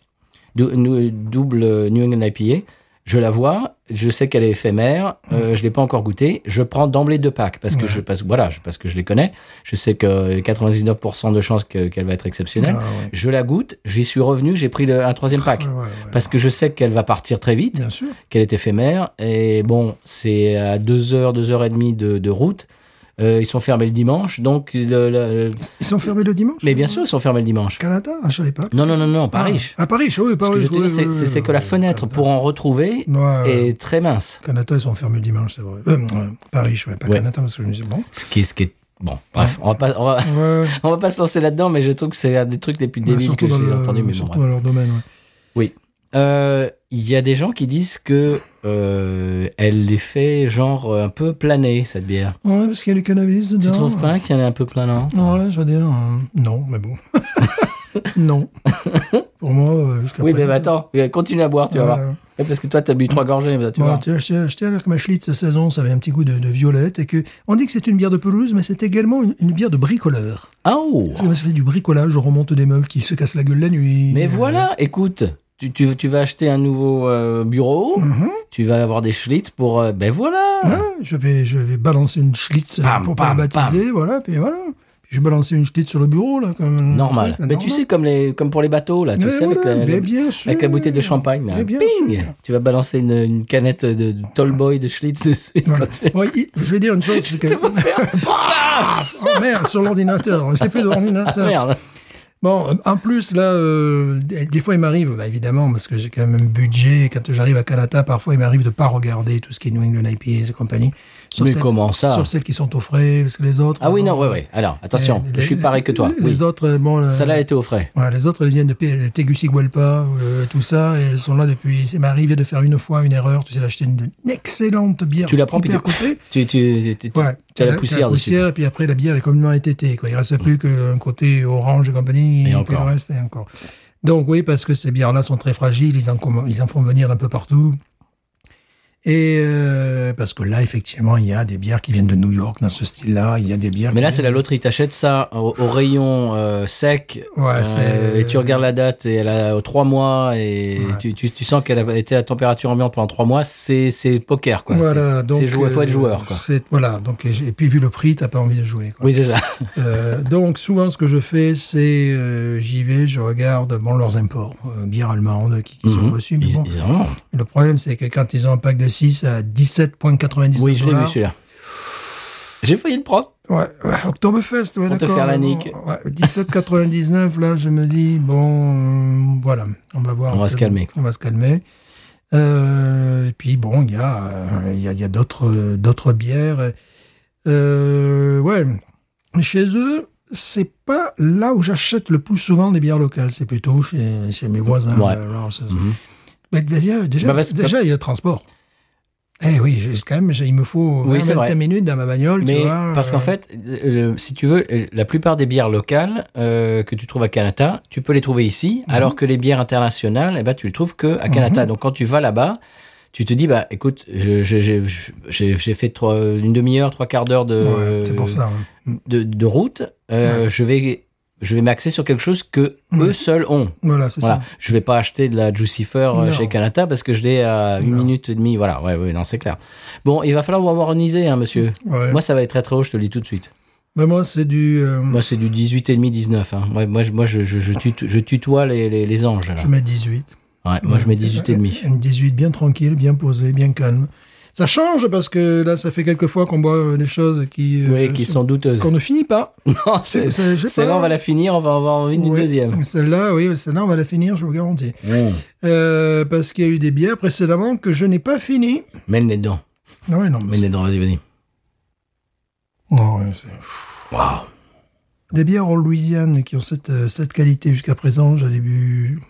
Speaker 1: dou- nou- double euh, New England IPA, je la vois, je sais qu'elle est éphémère, euh, je l'ai pas encore goûtée, je prends d'emblée deux packs parce que je passe, voilà, je- parce que je les connais, je sais que euh, 99% de chances que- qu'elle va être exceptionnelle.
Speaker 2: Ah, ouais.
Speaker 1: Je la goûte, j'y suis revenu, j'ai pris le- un troisième pack.
Speaker 2: Ouais, ouais, ouais.
Speaker 1: Parce que je sais qu'elle va partir très vite,
Speaker 2: Bien sûr.
Speaker 1: qu'elle est éphémère. Et bon, c'est à 2 heures, 2 heures et demie de, de route. Euh, ils sont fermés le dimanche, donc. le- le- le-
Speaker 2: Ils sont fermés le dimanche
Speaker 1: Mais bien sûr, ils sont fermés le dimanche.
Speaker 2: Canada Ah, Je savais pas.
Speaker 1: Non, non, non, non, pas riche.
Speaker 2: Ah, à Paris, oui,
Speaker 1: Ce que
Speaker 2: Paris.
Speaker 1: je veux te
Speaker 2: oui,
Speaker 1: dire, c'est-
Speaker 2: oui,
Speaker 1: c'est c'est
Speaker 2: oui,
Speaker 1: que la
Speaker 2: oui,
Speaker 1: fenêtre
Speaker 2: Canada.
Speaker 1: pour en retrouver
Speaker 2: Ouais, ouais.
Speaker 1: est très mince.
Speaker 2: Canada, ils sont fermés le dimanche, c'est vrai. Euh, ouais, Paris, ouais, pas
Speaker 1: Ouais.
Speaker 2: Canada, parce que je me
Speaker 1: [laughs]
Speaker 2: dis, bon.
Speaker 1: Ce qui est. Ce qui est... Bon, bref, on va pas. On va... [laughs]
Speaker 2: Ouais,
Speaker 1: on va pas se lancer là-dedans, mais je trouve que c'est un des trucs les plus
Speaker 2: ouais,
Speaker 1: débiles que
Speaker 2: surtout dans,
Speaker 1: j'ai
Speaker 2: le-
Speaker 1: entendu. Mais bon,
Speaker 2: surtout
Speaker 1: bref.
Speaker 2: dans leur domaine. ouais.
Speaker 1: Oui. Euh, Il y a des gens qui disent que euh, elle les fait genre euh, un peu planer cette bière.
Speaker 2: Ouais, parce qu'il y a du cannabis
Speaker 1: Tu
Speaker 2: dedans.
Speaker 1: trouves pas qu'il y en a un peu plein là
Speaker 2: Ouais, je veux dire. euh, non, mais bon. [laughs] non. Pour moi, euh, jusqu'à
Speaker 1: Oui, mais
Speaker 2: présent,
Speaker 1: bah, attends, euh, continue à boire, tu vas voir.
Speaker 2: Voilà.
Speaker 1: Ouais, Parce que toi, t'as bu trois gorgées, mais tu
Speaker 2: Moi,
Speaker 1: vois.
Speaker 2: tu vois, j'ai acheté avec ma Schlitz saison, ça avait un petit goût de, de violette et que on dit que c'est une bière de pelouse, mais c'est également une, une bière de bricoleur.
Speaker 1: Ah, Oh
Speaker 2: Ça fait du bricolage, on remonte des meubles qui se cassent la gueule la nuit.
Speaker 1: Mais voilà, écoute, tu, tu, tu vas acheter un nouveau euh, bureau,
Speaker 2: Mhm.
Speaker 1: tu vas avoir des schlitz pour. euh, ben voilà
Speaker 2: Ouais, je vais je vais balancer une Schlitz euh,
Speaker 1: Pam,
Speaker 2: pour pas la
Speaker 1: pam,
Speaker 2: baptiser, voilà, puis voilà. Puis je vais balancer une Schlitz sur le bureau là. Comme,
Speaker 1: Normal.
Speaker 2: comme
Speaker 1: Mais tu
Speaker 2: normal.
Speaker 1: sais, comme, les, comme pour les bateaux, là, tu
Speaker 2: Mais
Speaker 1: sais,
Speaker 2: voilà,
Speaker 1: avec, la,
Speaker 2: mais
Speaker 1: le-
Speaker 2: bien sûr.
Speaker 1: avec la bouteille de champagne, là.
Speaker 2: Mais bien
Speaker 1: Ping
Speaker 2: sûr.
Speaker 1: Tu vas balancer une, une canette de Tallboy de schlitz [laughs] dessus.
Speaker 2: Voilà. Bah,
Speaker 1: quand tu- Ah,
Speaker 2: Ouais, il- je vais dire une chose,
Speaker 1: [laughs]
Speaker 2: c'est que... [laughs] oh merde, sur l'ordinateur, j'ai plus d'ordinateur.
Speaker 1: Merde
Speaker 2: Bon, en plus, là, euh, des des fois, il m'arrive, bah, évidemment, parce que j'ai quand même un budget, quand j'arrive à Canada, parfois, il m'arrive de pas regarder tout ce qui est New England IPAs et compagnie. Sauf
Speaker 1: Mais comment ça
Speaker 2: Sauf celles qui sont au frais, parce que les autres...
Speaker 1: Ah oui,
Speaker 2: euh,
Speaker 1: non, ouais, ouais. Alors, attention,
Speaker 2: les-
Speaker 1: je suis
Speaker 2: Eh, les-
Speaker 1: pareil que toi.
Speaker 2: Les,
Speaker 1: Oui.
Speaker 2: autres, euh, bon... euh,
Speaker 1: Ça là était au frais.
Speaker 2: ouais, les autres, elles viennent de P- Tegucigalpa, euh, tout ça, et elles sont là depuis... C'est m'est arrivé de faire une fois une erreur, tu sais, d'acheter une, une excellente bière
Speaker 1: Tu la prends, puis
Speaker 2: hyper
Speaker 1: tu-
Speaker 2: coûtée.
Speaker 1: Tu, tu, tu, tu-
Speaker 2: Ouais,
Speaker 1: tu as la
Speaker 2: t'as
Speaker 1: poussière dessus. Mm.
Speaker 2: poussière, et puis après la bière est complètement ététée. Quoi. Il reste plus qu'un côté orange et compagnie,
Speaker 1: Et
Speaker 2: puis
Speaker 1: encore.
Speaker 2: le reste et encore. Donc oui, parce que ces bières-là sont très fragiles, ils en, comm- ils en font venir d'un peu partout. Et euh, parce que là, effectivement, il y a des bières qui viennent de New York dans ce style-là. Il y a des bières.
Speaker 1: Mais là,
Speaker 2: qui
Speaker 1: c'est la loterie. T'achètes ça au, au rayon euh, sec.
Speaker 2: Ouais,
Speaker 1: euh,
Speaker 2: c'est-
Speaker 1: et tu regardes la date et elle a euh, trois mois et
Speaker 2: Ouais.
Speaker 1: tu, tu, tu sens qu'elle a été à température ambiante pendant trois mois. C'est, c'est poker, quoi.
Speaker 2: Voilà, donc euh,
Speaker 1: c'est jouer, faut être joueur, quoi.
Speaker 2: c'est- Voilà, donc et j'ai- et puis vu le prix, t'as pas envie de jouer. Quoi.
Speaker 1: Oui, c'est ça.
Speaker 2: Euh, donc souvent ce que je fais c'est euh, j'y vais je regarde bon leurs imports euh, bières allemandes qui, qui sont
Speaker 1: Mhm.
Speaker 2: reçues mais
Speaker 1: Ils-
Speaker 2: [laughs] bon,
Speaker 1: ils en ont.
Speaker 2: Le problème, c'est que quand ils ont un pack de 6 à 17,99
Speaker 1: Oui, je l'ai vu
Speaker 2: dollars,
Speaker 1: celui-là. J'ai failli le prendre.
Speaker 2: Ouais, ouais, Oktoberfest, ouais,
Speaker 1: Pour te
Speaker 2: d'accord,
Speaker 1: faire la
Speaker 2: mais bon,
Speaker 1: nique.
Speaker 2: ouais, 17,99, là, je me dis, bon, euh, voilà, on va voir.
Speaker 1: On va se calmer,
Speaker 2: On va se calmer. Euh, et puis, bon, il y a, euh, il y a, il y a d'autres, euh, d'autres bières. Euh, ouais, chez eux, c'est pas là où j'achète le plus souvent des bières locales, c'est plutôt chez, chez mes voisins.
Speaker 1: Ouais.
Speaker 2: euh, alors, c'est- Mais déjà, déjà,
Speaker 1: Bah, parce que-
Speaker 2: déjà, il y a le transport. Eh oui, j'ai- quand même, j'ai- il me faut
Speaker 1: Oui, c'est
Speaker 2: 25
Speaker 1: vrai.
Speaker 2: minutes dans ma bagnole, tu
Speaker 1: Mais
Speaker 2: vois,
Speaker 1: parce qu'en
Speaker 2: euh,
Speaker 1: fait, euh, si tu veux, euh, la plupart des bières locales euh, que tu trouves à Canada, tu peux les trouver ici,
Speaker 2: Mhm.
Speaker 1: alors que les bières internationales, eh ben, tu les trouves que à Canada. Donc quand tu vas là-bas, tu te dis bah écoute, je- je- je- je- j'ai j'ai fait trois- une demi-heure, trois quarts d'heure de,
Speaker 2: Ouais, c'est pour ça. hein.
Speaker 1: de, de route. euh, Je vais je vais m'axer sur quelque chose que eux seuls ont.
Speaker 2: Voilà, c'est
Speaker 1: Voilà, je vais pas acheter de la Jucifer euh,
Speaker 2: Non.
Speaker 1: chez Canada parce que je l'ai à une
Speaker 2: Non.
Speaker 1: minute et demie. Voilà, ouais, ouais, non, c'est clair. Bon, il va falloir vous harmoniser, hein, monsieur.
Speaker 2: ça. Ouais.
Speaker 1: Moi, ça va être très très haut, je te le dis tout de suite.
Speaker 2: Mais moi, c'est du. euh,
Speaker 1: Moi, c'est du 18,5-19. Hein. Ouais, moi, je, moi, je, je, je tuto- je tutoie les, les, les anges. là.
Speaker 2: je mets 18.
Speaker 1: Ouais, moi, je mets 18,5.
Speaker 2: Une 18 bien tranquille, bien posée, bien calme. Ça change parce que là, ça fait quelques fois qu'on boit euh, des choses qui. euh,
Speaker 1: Oui, qui sont douteuses.
Speaker 2: Qu'on ne finit pas.
Speaker 1: [laughs] Non, c'est
Speaker 2: c'est- je sais
Speaker 1: c'est
Speaker 2: pas.
Speaker 1: là, on va la finir, on va avoir envie d'une
Speaker 2: Ouais.
Speaker 1: deuxième.
Speaker 2: Celle-là, oui, celle-là, on va la finir, je vous garantis.
Speaker 1: Mmh.
Speaker 2: Euh, parce qu'il y a eu des bières précédemment que je n'ai pas fini.
Speaker 1: Mets le nez dedans.
Speaker 2: Ah ouais, non, mais
Speaker 1: Mets le nez dedans, vas-y, vas-y.
Speaker 2: c'est- non, Ah ouais, c'est-
Speaker 1: Waouh.
Speaker 2: Des bières en Louisiane qui ont cette, euh, cette qualité jusqu'à présent, j'en ai bu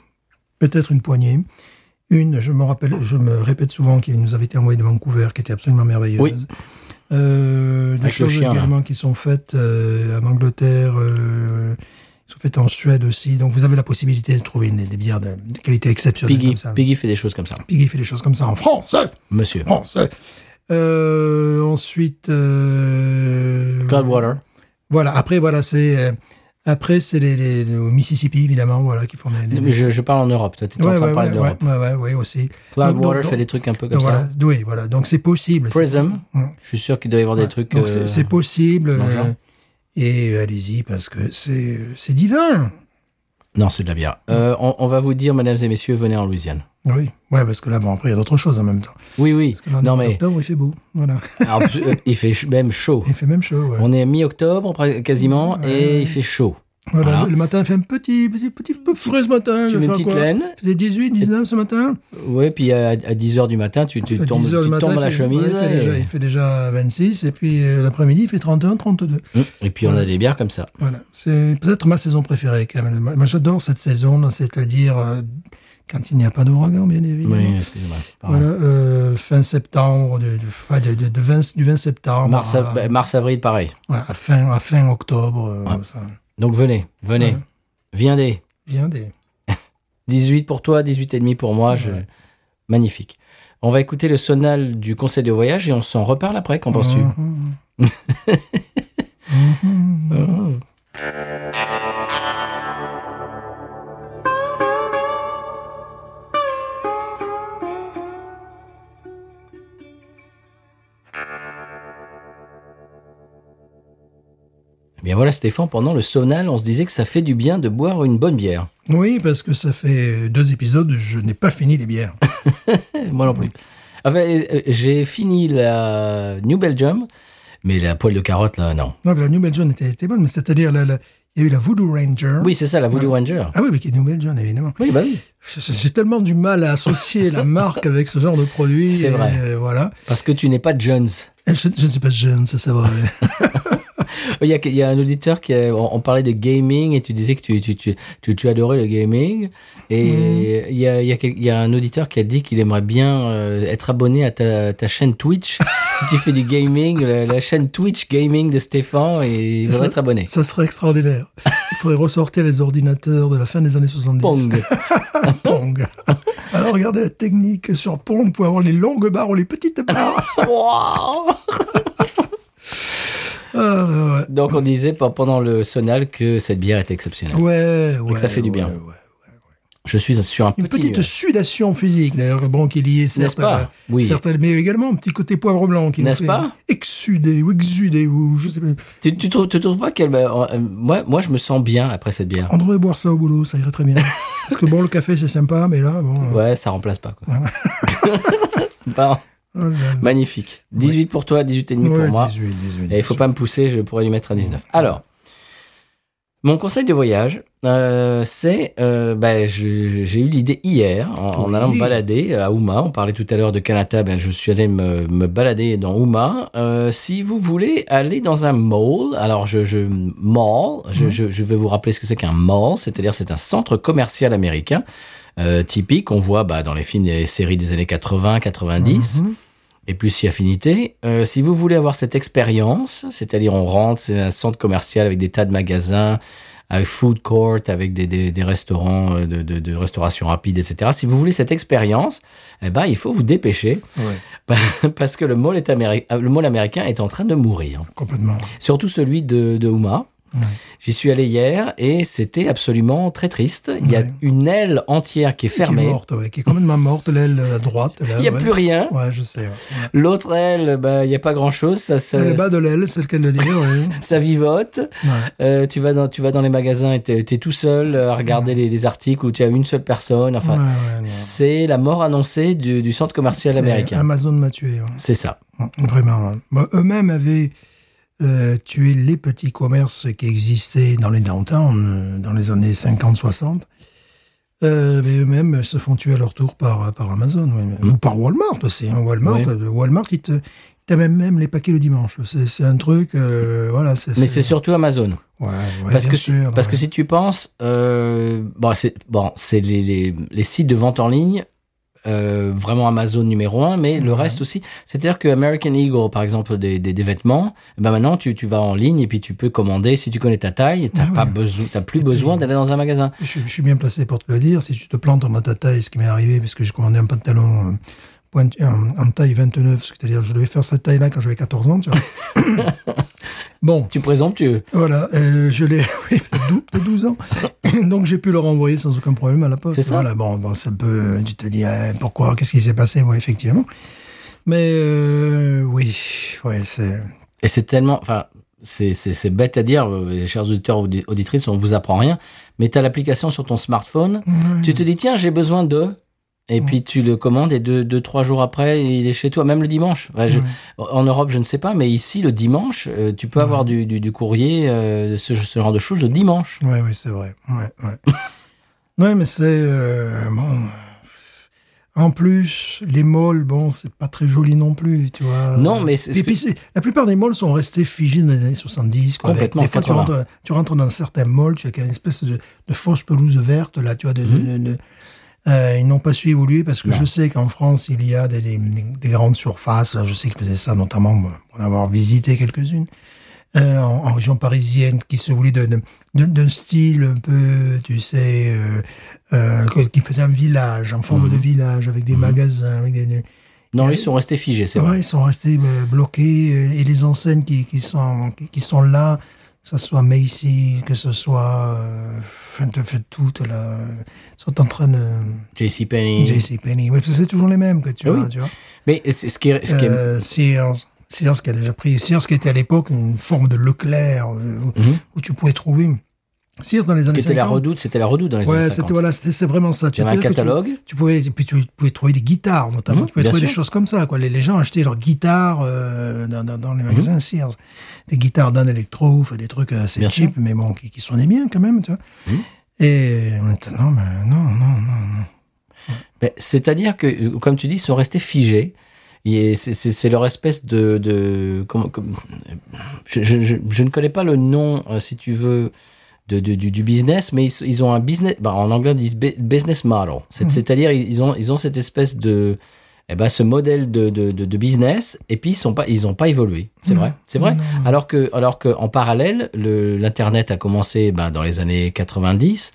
Speaker 2: peut-être une poignée. Une, je me rappelle, je me répète souvent, qui nous avait été envoyée de Vancouver, qui était absolument merveilleuse.
Speaker 1: Oui.
Speaker 2: Euh, des
Speaker 1: Avec le
Speaker 2: choses
Speaker 1: chien, là.
Speaker 2: également qui sont faites euh, en Angleterre, euh, qui sont faites en Suède aussi. Donc vous avez la possibilité de trouver une- des bières de, de qualité exceptionnelle
Speaker 1: Piggy,
Speaker 2: comme ça.
Speaker 1: Piggy fait des choses comme ça.
Speaker 2: Piggy fait des choses comme ça en France.
Speaker 1: Monsieur.
Speaker 2: France. hein. Euh, ensuite, euh,
Speaker 1: Cloudwater.
Speaker 2: voilà. Après, voilà, c'est euh, après c'est les, les, les- au Mississippi évidemment, voilà, qui font les. les-
Speaker 1: Je, je parle en Europe. Toi, t'étais
Speaker 2: Ouais,
Speaker 1: en train
Speaker 2: ouais,
Speaker 1: de parler
Speaker 2: ouais,
Speaker 1: de l'Europe.
Speaker 2: ouais, ouais, ouais, ouais, aussi. Donc,
Speaker 1: Cloudwater
Speaker 2: donc,
Speaker 1: fait des trucs un peu comme
Speaker 2: donc,
Speaker 1: ça.
Speaker 2: voilà, oui, voilà. Donc c'est possible.
Speaker 1: Prism.
Speaker 2: Ouais.
Speaker 1: Je suis sûr qu'il doit y avoir des
Speaker 2: Ouais.
Speaker 1: trucs.
Speaker 2: Donc,
Speaker 1: euh,
Speaker 2: c'est- c'est possible.
Speaker 1: dans le genre.
Speaker 2: euh, et euh, allez-y parce que c'est euh, c'est divin.
Speaker 1: Non, c'est de la bière. Euh, on, on va vous dire, mesdames et messieurs, venez en Louisiane.
Speaker 2: Oui, ouais, parce que là, bon, après, il y a d'autres choses en même temps.
Speaker 1: Oui, oui.
Speaker 2: Parce que là, en
Speaker 1: Non, mais
Speaker 2: octobre, il fait beau. Voilà. [laughs]
Speaker 1: [laughs] alors, euh, il fait ch- même chaud.
Speaker 2: Il fait même chaud. ouais.
Speaker 1: On est mi-octobre pr- quasiment et il fait chaud.
Speaker 2: Voilà,
Speaker 1: Voilà.
Speaker 2: Le, le matin, il fait un petit, petit, petit peu frais ce matin.
Speaker 1: Tu
Speaker 2: je vais
Speaker 1: mets une
Speaker 2: faire
Speaker 1: petite
Speaker 2: quoi
Speaker 1: laine.
Speaker 2: Il faisait 18, 19 ce matin.
Speaker 1: Oui, puis à, à 10h du matin, tu, tu
Speaker 2: À
Speaker 1: tombes,
Speaker 2: 10 heures
Speaker 1: tu
Speaker 2: le matin,
Speaker 1: tombes
Speaker 2: il
Speaker 1: la
Speaker 2: fait-
Speaker 1: chemise.
Speaker 2: ouais, Il fait,
Speaker 1: et-
Speaker 2: déjà, il fait déjà 26 et puis euh, l'après-midi, il fait 31, 32.
Speaker 1: Hum, Et puis on a des bières comme ça.
Speaker 2: Voilà. C'est peut-être ma saison préférée quand même. Moi, j'adore cette saison, c'est-à-dire euh, quand il n'y a pas d'ouragan, bien évidemment.
Speaker 1: Oui, excusez-moi. pardon.
Speaker 2: Voilà, euh, fin septembre, de, de- fin de- de- de 20 du 20 septembre
Speaker 1: Mars,
Speaker 2: à,
Speaker 1: av- mars, avril, pareil.
Speaker 2: ouais, à fin, à fin octobre. euh, ça.
Speaker 1: Donc venez, venez.
Speaker 2: Ouais.
Speaker 1: Viendez.
Speaker 2: Bien des...
Speaker 1: 18 pour toi, 18 et demi pour moi. je- Magnifique. On va écouter le sonal du conseil de voyage et on s'en reparle après. Qu'en penses-tu
Speaker 2: Mhm.
Speaker 1: Oh. Eh bien voilà Stéphane, pendant le sonal, on se disait que ça fait du bien de boire une bonne bière.
Speaker 2: Oui, parce que ça fait deux épisodes, je n'ai pas fini les
Speaker 1: [laughs]
Speaker 2: bières.
Speaker 1: Eh, Moi non plus. Enfin, euh, j'ai fini la New Belgium, mais la poêle de carotte là, non.
Speaker 2: Non, mais la New Belgium était, était bonne, mais c'est-à-dire, la- la- il y a eu la Voodoo Ranger.
Speaker 1: Oui, c'est ça, la Voodoo Ranger.
Speaker 2: Ah oui, mais qui est New Belgium, évidemment.
Speaker 1: Ah. Oui, bah oui.
Speaker 2: J'ai j'ai tellement du mal à associer
Speaker 1: [laughs]
Speaker 2: la marque avec ce genre de produit.
Speaker 1: C'est
Speaker 2: et,
Speaker 1: vrai.
Speaker 2: euh, voilà.
Speaker 1: Parce que tu n'es pas Jones.
Speaker 2: Et Je, je ne suis pas jeune, ça, c'est vrai.
Speaker 1: Il y, a, il y a un auditeur qui a- on, on parlait de gaming et tu disais que tu, tu, tu, tu, tu adorais le gaming. Et il y, a, il y a quel- il y a un auditeur qui a dit qu'il aimerait bien euh, être abonné à ta, ta chaîne [laughs] Twitch. si tu fais du gaming, la, la chaîne Twitch Gaming de Stéphane, et il
Speaker 2: Ça-
Speaker 1: devrait être abonné.
Speaker 2: ça serait extraordinaire. Il faudrait ressortir les ordinateurs de la fin des années 70.
Speaker 1: Pong.
Speaker 2: [laughs] Pong. Alors regardez la technique sur Pong, vous pouvez avoir les longues barres ou les
Speaker 1: [laughs]
Speaker 2: petites barres.
Speaker 1: Wow.
Speaker 2: Ah,
Speaker 1: Donc on disait pe- pendant le sonal que cette bière était
Speaker 2: ouais,
Speaker 1: exceptionnelle.
Speaker 2: ouais, ouais.
Speaker 1: que ça fait du
Speaker 2: ouais,
Speaker 1: bien.
Speaker 2: ouais.
Speaker 1: Je suis sur un
Speaker 2: Une
Speaker 1: petit euh,
Speaker 2: petite
Speaker 1: nuage.
Speaker 2: sudation physique, d'ailleurs, bon, qui est liée, certes,
Speaker 1: N'est-ce pas
Speaker 2: à la-
Speaker 1: Oui.
Speaker 2: certes, mais également un petit côté poivre blanc qui nous
Speaker 1: N'est-ce
Speaker 2: fait
Speaker 1: pas
Speaker 2: exsuder ou exuder ou je sais pas.
Speaker 1: Tu, tu trouves, tu trouves pas qu'elle... bah, euh, moi, moi, je me sens bien après cette bière.
Speaker 2: On devrait boire ça au boulot, ça irait
Speaker 1: [laughs]
Speaker 2: très bien. Parce que bon, le café, c'est sympa, mais là, bon. euh,
Speaker 1: Ouais, ça remplace pas. Quoi.
Speaker 2: Mmh.
Speaker 1: [laughs]
Speaker 2: Voilà.
Speaker 1: Bon.
Speaker 2: euh, là, là.
Speaker 1: Magnifique. 18 pour toi, 18 et demi
Speaker 2: Ouais,
Speaker 1: pour moi.
Speaker 2: 18, 18,
Speaker 1: Et il faut pas me pousser, je pourrais lui mettre un 19. Alors, mon conseil de voyage, euh, c'est, euh, ben, je- je- j'ai eu l'idée hier en, en
Speaker 2: Oui.
Speaker 1: allant me balader euh, à Houma. On parlait tout à l'heure de Kanata, ben, je suis allé me, me balader dans Houma. Euh, si vous voulez aller dans un mall, alors je, je mall, je, je- je vais vous rappeler ce que c'est qu'un mall, c'est-à-dire c'est un centre commercial américain. euh, typique, on voit bah, dans les films et les séries des années 80, 90
Speaker 2: Mhm.
Speaker 1: et plus si affinité. Euh, si vous voulez avoir cette expérience, c'est-à-dire on rentre, c'est un centre commercial avec des tas de magasins, avec food court, avec des, des, des restaurants euh, de, de, de restauration rapide, etc. Si vous voulez cette expérience, eh ben il faut vous dépêcher [laughs]
Speaker 2: Ouais,
Speaker 1: parce que le mall, est améri- euh, le mall américain est en train de mourir.
Speaker 2: complètement.
Speaker 1: Surtout celui de, de Houma.
Speaker 2: Ouais.
Speaker 1: J'y suis allé hier et c'était absolument très triste. Il y a
Speaker 2: Ouais.
Speaker 1: une aile entière qui est
Speaker 2: Qui est
Speaker 1: fermée.
Speaker 2: morte, ouais, qui est complètement morte, l'aile à droite. là,
Speaker 1: [laughs] Il n'y a
Speaker 2: ouais.
Speaker 1: plus rien.
Speaker 2: Ouais, je sais. ouais.
Speaker 1: L'autre aile, bah, il n'y a pas grand-chose. Ça, ça,
Speaker 2: le bas de l'aile, c'est lequel
Speaker 1: [laughs]
Speaker 2: de l'aile, ouais.
Speaker 1: ça vivote.
Speaker 2: Ouais.
Speaker 1: Euh, tu vas dans tu vas dans les magasins et t'es t'es tout seul euh, à regarder les, les articles où tu as une seule personne. Enfin,
Speaker 2: Ouais, ouais, non.
Speaker 1: c'est la mort annoncée du, du centre commercial
Speaker 2: C'est-
Speaker 1: américain.
Speaker 2: Amazon m'a tué. ouais.
Speaker 1: C'est ça.
Speaker 2: Vraiment. ouais. Bon, Eux-mêmes avaient euh, tué les petits commerces qui existaient dans les downtowns, euh, dans les années 50-60. Euh, mais eux-mêmes se font tuer à leur tour par, par Amazon ouais. ou par Walmart aussi. hein. Walmart,
Speaker 1: Oui.
Speaker 2: euh, Walmart, ils te, ils t'amènent même les paquets le dimanche. C'est c'est un truc, euh, voilà.
Speaker 1: Mais c'est surtout Amazon.
Speaker 2: Ouais, ouais,
Speaker 1: parce
Speaker 2: bien
Speaker 1: que si,
Speaker 2: sûr,
Speaker 1: parce que
Speaker 2: ouais.
Speaker 1: si tu penses, euh, bon, c'est bon, c'est les, les, les sites de vente en ligne. euh, vraiment Amazon numéro un, mais le reste aussi. C'est-à-dire que American Eagle, par exemple, des, des, des vêtements, ben maintenant tu, tu vas en ligne et puis tu peux commander si tu connais ta taille, t'as
Speaker 2: Ah
Speaker 1: pas
Speaker 2: oui.
Speaker 1: besoin, t'as plus
Speaker 2: Et
Speaker 1: besoin
Speaker 2: puis-
Speaker 1: d'aller dans un magasin.
Speaker 2: Je, je suis bien placé pour te le dire. Si tu te plantes en ta taille, ce qui m'est arrivé, parce que j'ai commandé un pantalon euh, pointu- en, en taille 29, c'est-à-dire je devais faire cette taille-là quand j'avais 14 ans, tu vois.
Speaker 1: [laughs]
Speaker 2: bon,
Speaker 1: Tu présentes, tu
Speaker 2: voilà, euh, je l'ai, [laughs] oui, peut-être dou- peut-être 12 ans. [coughs] Donc j'ai pu le renvoyer sans aucun problème à la poste.
Speaker 1: C'est ça.
Speaker 2: Voilà, bon, bon, ça peut, tu te dis, eh, pourquoi, qu'est-ce qui s'est passé, ouais, effectivement. Mais euh, oui, ouais, c'est...
Speaker 1: et c'est tellement, enfin. C'est, c'est, c'est bête à dire, euh, les chers auditeurs ou audi- auditrices, on vous apprend rien, mais tu as l'application sur ton smartphone, tu te dis tiens, j'ai besoin de, et puis tu le commandes et deux, deux, trois jours après, il est chez toi, même le dimanche. Enfin, je-
Speaker 2: Ouais.
Speaker 1: En Europe, je ne sais pas, mais ici, le dimanche, euh, tu peux avoir du, du, du courrier, euh, ce, ce genre de choses, le dimanche.
Speaker 2: Oui, oui, c'est vrai. Ouais, ouais. [laughs] ouais mais c'est. euh, bon. En plus, les malls, bon, c'est pas très joli non plus, tu vois.
Speaker 1: Non, mais c'est ce
Speaker 2: Et puis, c'est- la plupart des malls sont restés figés dans les années 70. Quoi.
Speaker 1: Complètement,
Speaker 2: Des fois, tu
Speaker 1: 80.
Speaker 2: rentres, tu rentres dans certains malls, tu as une espèce de, de fausse pelouse verte, là, tu vois. De, de- de- de- euh, ils n'ont pas su évoluer parce que
Speaker 1: Mhm. Non.
Speaker 2: je sais qu'en France, il y a des, des- des grandes surfaces. Là, je sais qu'ils faisaient ça, notamment moi, pour en avoir visité quelques-unes. euh, en, en région parisienne, qui se voulait d'un d'un- d'un style un peu, tu sais, euh, euh, que- qui faisait un village, en forme de
Speaker 1: Mhm.
Speaker 2: village, avec des magasins, avec des- des,
Speaker 1: Non, ils sont restés figés, c'est vrai.
Speaker 2: Ouais, ils sont restés euh, bloqués euh, et les enseignes qui, qui sont qui, qui sont là, que ce soit Macy, que ce soit euh, fin de fait toutes là, sont en train de
Speaker 1: JC Penny.
Speaker 2: JC Penny. Oui, parce que c'est toujours les mêmes que tu
Speaker 1: Ah
Speaker 2: vois,
Speaker 1: oui.
Speaker 2: tu vois.
Speaker 1: Mais c'est ce qui est, ce qui est-
Speaker 2: Euh, Sears, Sears qui a déjà pris Sears qui était à l'époque une forme de Leclerc euh, où,
Speaker 1: Mhm.
Speaker 2: où tu pouvais trouver Sears dans les
Speaker 1: qui
Speaker 2: années
Speaker 1: était la
Speaker 2: 50.
Speaker 1: redoute, c'était la redoute dans les
Speaker 2: Ouais,
Speaker 1: années
Speaker 2: c'était
Speaker 1: 50.
Speaker 2: voilà, c'était c'est vraiment ça.
Speaker 1: Il y avait un
Speaker 2: C'est-à-dire que
Speaker 1: catalogue.
Speaker 2: tu pouvais, et puis tu pouvais trouver des guitares notamment,
Speaker 1: Mhm,
Speaker 2: tu pouvais
Speaker 1: bien
Speaker 2: trouver des
Speaker 1: sûr.
Speaker 2: choses comme ça. Quoi. Les, les gens achetaient leurs guitares euh, dans, dans,
Speaker 1: Mmh.
Speaker 2: dans les magasins Sears. Des guitares d'un électro, enfin, des trucs assez
Speaker 1: Bien Mmh.
Speaker 2: cheap, mais bon, qui, qui sonnaient bien quand même. Tu vois. Et maintenant, ben, non, non, non. non.
Speaker 1: Ben, C'est-à-dire que, euh, comme tu dis, ils sont restés figés. Et c'est- c'est c'est leur espèce de... de comment, comme- je, je- je- je ne connais pas le nom, euh, si tu veux, de, de- du, du business, mais ils, ils ont un business... ben, en anglais, on dit bu- business model. C'est- C'est-à-dire, ils ont, ils ont cette espèce de... Eh ben, ce modèle de, de, de, de business, et puis ils sont pas, ils ont pas évolué. C'est vrai, c'est vrai. Alors que, alors que, en parallèle, le- l'internet a commencé ben, dans les années 90,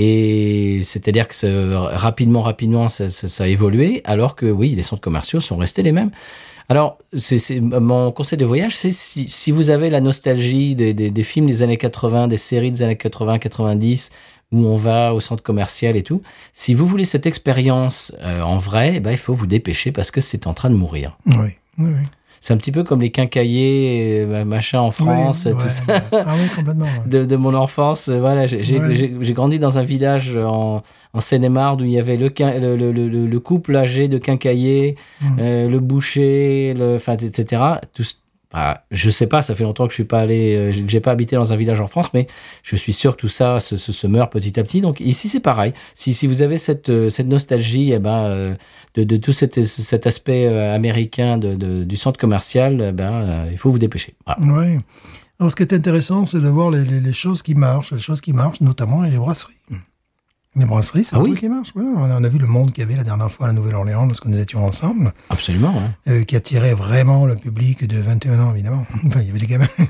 Speaker 1: et c'est-à-dire que ce- rapidement, rapidement, ça, ça- ça a évolué, alors que oui, les centres commerciaux sont restés les mêmes. Alors, c'est c'est- mon conseil de voyage, c'est si, si vous avez la nostalgie des, des- des films des années 80, des séries des années 80, 90, où on va au centre commercial et tout, si vous voulez cette expérience euh, en vrai, eh ben, il faut vous dépêcher parce que c'est en train de mourir.
Speaker 2: Oui, oui, oui.
Speaker 1: C'est un petit peu comme les quincaillers, euh, machin en France,
Speaker 2: Oui,
Speaker 1: tout
Speaker 2: ouais,
Speaker 1: ça
Speaker 2: ouais. Ah oui, complètement. ouais.
Speaker 1: de, de mon enfance. euh, Voilà, j'ai j'ai-
Speaker 2: Ouais.
Speaker 1: j'ai- j'ai grandi dans un village euh, en, en Seine-et-Marne où il y avait le, quin- le, le, le, le couple âgé de quincaillier, euh, le boucher, le, enfin, etc. Tout, ce- bah, je sais pas, ça fait longtemps que je suis pas allé, euh, que j'ai pas habité dans un village en France, mais je suis sûr que tout ça se, se, se meurt petit à petit. Donc ici c'est pareil. Si, si vous avez cette, euh, cette nostalgie, eh ben euh, de, de tout cet, cet aspect euh, américain de, de- du centre commercial, eh ben euh, il faut vous dépêcher. Voilà.
Speaker 2: Ouais. Alors, ce qui est intéressant, c'est de voir les, les- les choses qui marchent, les choses qui marchent, notamment et les brasseries. Les brasseries, c'est
Speaker 1: Ah
Speaker 2: un
Speaker 1: oui.
Speaker 2: truc qui marche. ouais. On a on a vu le monde qu'il y avait la dernière fois à la Nouvelle-Orléans lorsque nous étions ensemble.
Speaker 1: Absolument. hein.
Speaker 2: [laughs] euh, qui attirait vraiment le public de 21 ans, évidemment. [laughs] Enfin, il y avait des gamins, mais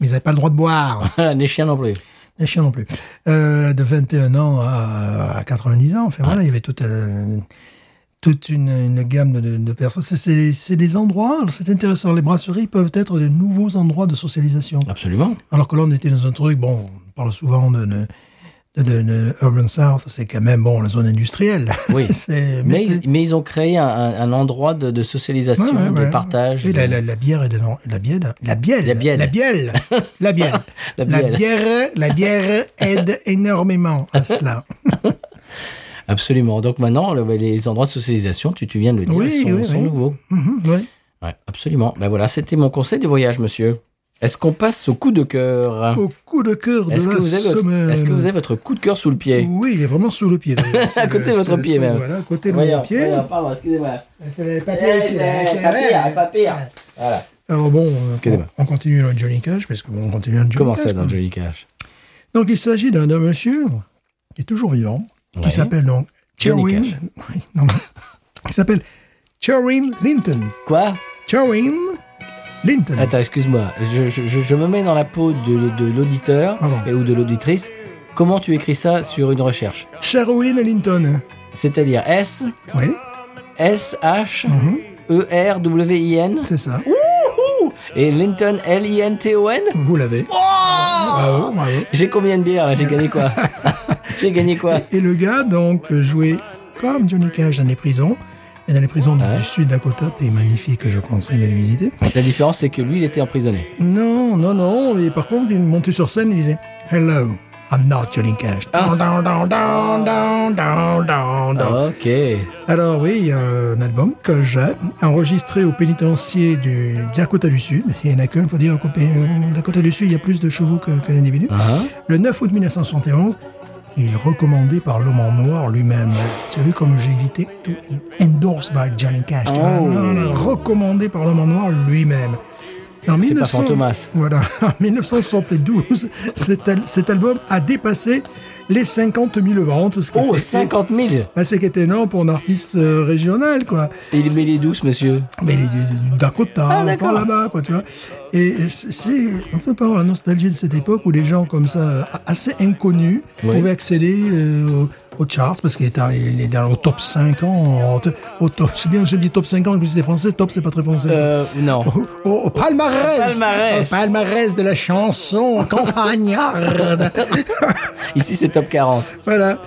Speaker 2: ils n'avaient pas le droit de boire. [laughs]
Speaker 1: Les chiens non plus.
Speaker 2: Les chiens non plus. Euh, de 21 ans à, à 90 ans. Enfin, voilà, il y avait toute, euh, toute une, une gamme de, de personnes. C'est- C'est c'est des endroits, alors c'est intéressant. Les brasseries peuvent être de nouveaux endroits de socialisation.
Speaker 1: Absolument.
Speaker 2: Alors que là, on était dans un truc, bon, on parle souvent de, de, de- de- de Urban South, c'est quand même, bon, la zone industrielle.
Speaker 1: Oui.
Speaker 2: [laughs] C'est- mais
Speaker 1: Mais,
Speaker 2: c'est-
Speaker 1: ils, mais ils ont créé un, un- un endroit de, de socialisation,
Speaker 2: Ouais, ouais,
Speaker 1: de
Speaker 2: ouais.
Speaker 1: partage.
Speaker 2: Et
Speaker 1: de-
Speaker 2: la, la- la bière et de l'en- la bière. La bière.
Speaker 1: La bielle.
Speaker 2: La bière. La bière.
Speaker 1: [laughs] La
Speaker 2: la,
Speaker 1: bielle.
Speaker 2: bière la bière aide énormément
Speaker 1: [laughs]
Speaker 2: à cela.
Speaker 1: Absolument. Donc maintenant, le- les endroits de socialisation, tu, tu viens de le dire,
Speaker 2: Oui,
Speaker 1: ils sont,
Speaker 2: oui,
Speaker 1: sont
Speaker 2: oui.
Speaker 1: nouveaux.
Speaker 2: Mhm, oui.
Speaker 1: Ouais, absolument. Ben voilà, c'était mon conseil de voyage, monsieur. Est-ce qu'on passe au coup de cœur
Speaker 2: Au coup de cœur de la
Speaker 1: Est-ce que, vous avez votre-
Speaker 2: semaine.
Speaker 1: est-ce que vous avez votre coup de cœur sous le pied
Speaker 2: Oui, il est vraiment sous le pied. d'ailleurs.
Speaker 1: [laughs]
Speaker 2: C'est
Speaker 1: À côté
Speaker 2: le-
Speaker 1: de votre
Speaker 2: c'est le
Speaker 1: pied,
Speaker 2: truc,
Speaker 1: même.
Speaker 2: Voilà, à côté de
Speaker 1: Voyons,
Speaker 2: mon pied.
Speaker 1: voyons, pardon, excusez-moi.
Speaker 2: C'est le
Speaker 1: Eh,
Speaker 2: papier aussi. là,
Speaker 1: eh,
Speaker 2: c'est
Speaker 1: papier,
Speaker 2: vrai.
Speaker 1: papier. Voilà.
Speaker 2: Alors bon, euh,
Speaker 1: Excusez-moi.
Speaker 2: on continue dans le Johnny Cash, parce que bon, on continue dans le Johnny
Speaker 1: Comment
Speaker 2: Cash.
Speaker 1: ça dans
Speaker 2: quoi.
Speaker 1: Johnny Cash
Speaker 2: Donc il s'agit d'un d'un monsieur qui est toujours vivant,
Speaker 1: Ouais.
Speaker 2: qui s'appelle donc
Speaker 1: Johnny
Speaker 2: Cherwin.
Speaker 1: Cash.
Speaker 2: [laughs] Oui, non, qui s'appelle Charin Linton.
Speaker 1: Quoi
Speaker 2: Charin Linton.
Speaker 1: Attends, excuse-moi. Je, je- je- je me mets dans la peau de, de l'auditeur
Speaker 2: Pardon.
Speaker 1: et ou de l'auditrice. Comment tu écris ça sur une recherche
Speaker 2: Sherwin Linton.
Speaker 1: C'est-à-dire S,
Speaker 2: Oui,
Speaker 1: S, H, E, R, W, I, N.
Speaker 2: c'est ça.
Speaker 1: Et Linton, L-I-N-T-O-N
Speaker 2: Vous
Speaker 1: Oh
Speaker 2: l'avez. Bravo, bravo.
Speaker 1: J'ai combien de bières là J'ai gagné
Speaker 2: [laughs]
Speaker 1: quoi J'ai gagné quoi
Speaker 2: Et le gars, donc, jouait comme Johnny Cash dans les prisons. Et dans les prisons du-
Speaker 1: Ouais.
Speaker 2: du sud Dakota, pays magnifique, je conseille d'aller visiter.
Speaker 1: La différence, c'est que lui, il était emprisonné.
Speaker 2: Non, non, non. Et par contre, il montait sur scène, il disait Hello, I'm not Johnny Cash. Down, down, down, down, down, down, down, down.
Speaker 1: Ok.
Speaker 2: Alors oui, il y a un album que j'ai enregistré au pénitencier du Dakota du Sud. Mais s'il y en a qu'un, il faut dire qu'au pé- euh, Dakota du Sud, il y a plus de chevaux que, que d'individus.
Speaker 1: Hein
Speaker 2: Le 9 août 1971, il est recommandé par l'homme en noir lui-même. Tu as vu comme j'ai évité tout endorsed by Johnny Cash. tu vois.
Speaker 1: Oh.
Speaker 2: Non, non, recommandé par l'homme en noir lui-même. En
Speaker 1: C'est pas
Speaker 2: 1900
Speaker 1: Fantomas.
Speaker 2: Voilà, [laughs] en 1972, cet, al- cet album a dépassé les 50 000 ventes. ce qui
Speaker 1: Oh,
Speaker 2: était-
Speaker 1: 50 000
Speaker 2: bah, c'est qui était énorme pour un artiste euh, régional, quoi.
Speaker 1: Il met les douces, monsieur.
Speaker 2: Mais il est du du Dakota,
Speaker 1: Ah,
Speaker 2: encore
Speaker 1: d'accord.
Speaker 2: là-bas, quoi, tu vois. Et c'est- c'est un peu par la nostalgie de cette époque où des gens comme ça, euh, assez inconnus,
Speaker 1: Ouais.
Speaker 2: pouvaient accéder euh, aux, aux charts parce qu'il est, dans- il est dans le top 50. Au top, c'est bien, je dis top 50, mais c'est français, top, c'est pas très français.
Speaker 1: Euh, non.
Speaker 2: Au, au- au palmarès,
Speaker 1: palmarès.
Speaker 2: Au palmarès de la chanson
Speaker 1: [laughs]
Speaker 2: campagnarde.
Speaker 1: Ici, c'est top 40.
Speaker 2: Voilà.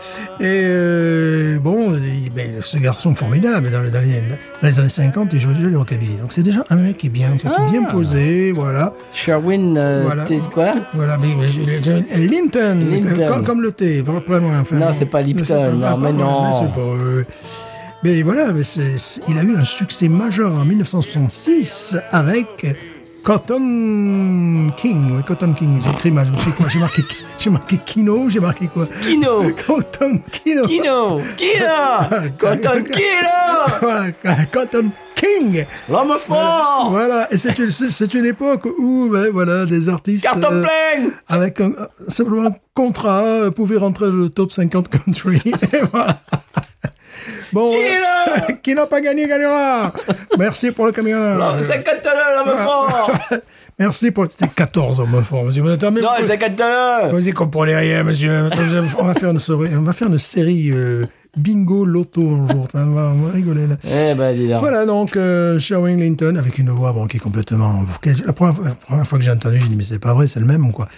Speaker 2: Et euh, bon, il- ben, ce garçon formidable, dans, les- dans les, dans les années 50, il jouait déjà le rockabilly. Donc c'est déjà un mec qui est bien,
Speaker 1: Ah.
Speaker 2: qui est bien posé, voilà.
Speaker 1: Sherwin, euh,
Speaker 2: Voilà.
Speaker 1: t'es quoi
Speaker 2: Voilà, mais, mais j'ai- j'ai- Linton,
Speaker 1: Linton.
Speaker 2: Comme, comme le thé, vraiment. Enfin,
Speaker 1: Non,
Speaker 2: bon.
Speaker 1: c'est pas Lipton,
Speaker 2: Mais c'est pas-
Speaker 1: non,
Speaker 2: pas-
Speaker 1: mais
Speaker 2: pas-
Speaker 1: non.
Speaker 2: mais c'est pas, euh, mais voilà, mais c'est- c'est- il a eu un succès majeur en 1966 avec Cotton King. Oui, Cotton King, j'ai écrit mal, je me suis dit quoi J'ai marqué, [laughs] j'ai marqué Kino, j'ai marqué quoi
Speaker 1: Kino
Speaker 2: [laughs] Cotton Kino.
Speaker 1: Kino
Speaker 2: [laughs]
Speaker 1: Kino Cotton Kino
Speaker 2: Voilà, Cotton King.
Speaker 1: L'homme fort
Speaker 2: Voilà, et c'est une, c'est- c'est une époque où, ben, voilà, des artistes
Speaker 1: Carton
Speaker 2: euh,
Speaker 1: plein
Speaker 2: avec un, euh, simplement un contrat euh, pouvaient rentrer dans le top 50 country. [laughs] Et voilà. Bon, euh, [laughs] qui n'a pas gagné gagnera. Merci pour le camionnage.
Speaker 1: C'est le l'homme fort
Speaker 2: [laughs] Merci pour. C'était 14 hommes forts, monsieur. Vous n'entendez
Speaker 1: Non,
Speaker 2: pas-
Speaker 1: c'est le
Speaker 2: vous y comprenez rien, monsieur. On va faire une série, on va faire une série euh, bingo loto un jour. On va, on va rigoler là.
Speaker 1: Eh ben, dis donc.
Speaker 2: Voilà donc euh, Sherwin Linton avec une voix bon, qui est complètement. La première, la première fois que j'ai entendu, j'ai dit mais c'est pas vrai, c'est le même quoi.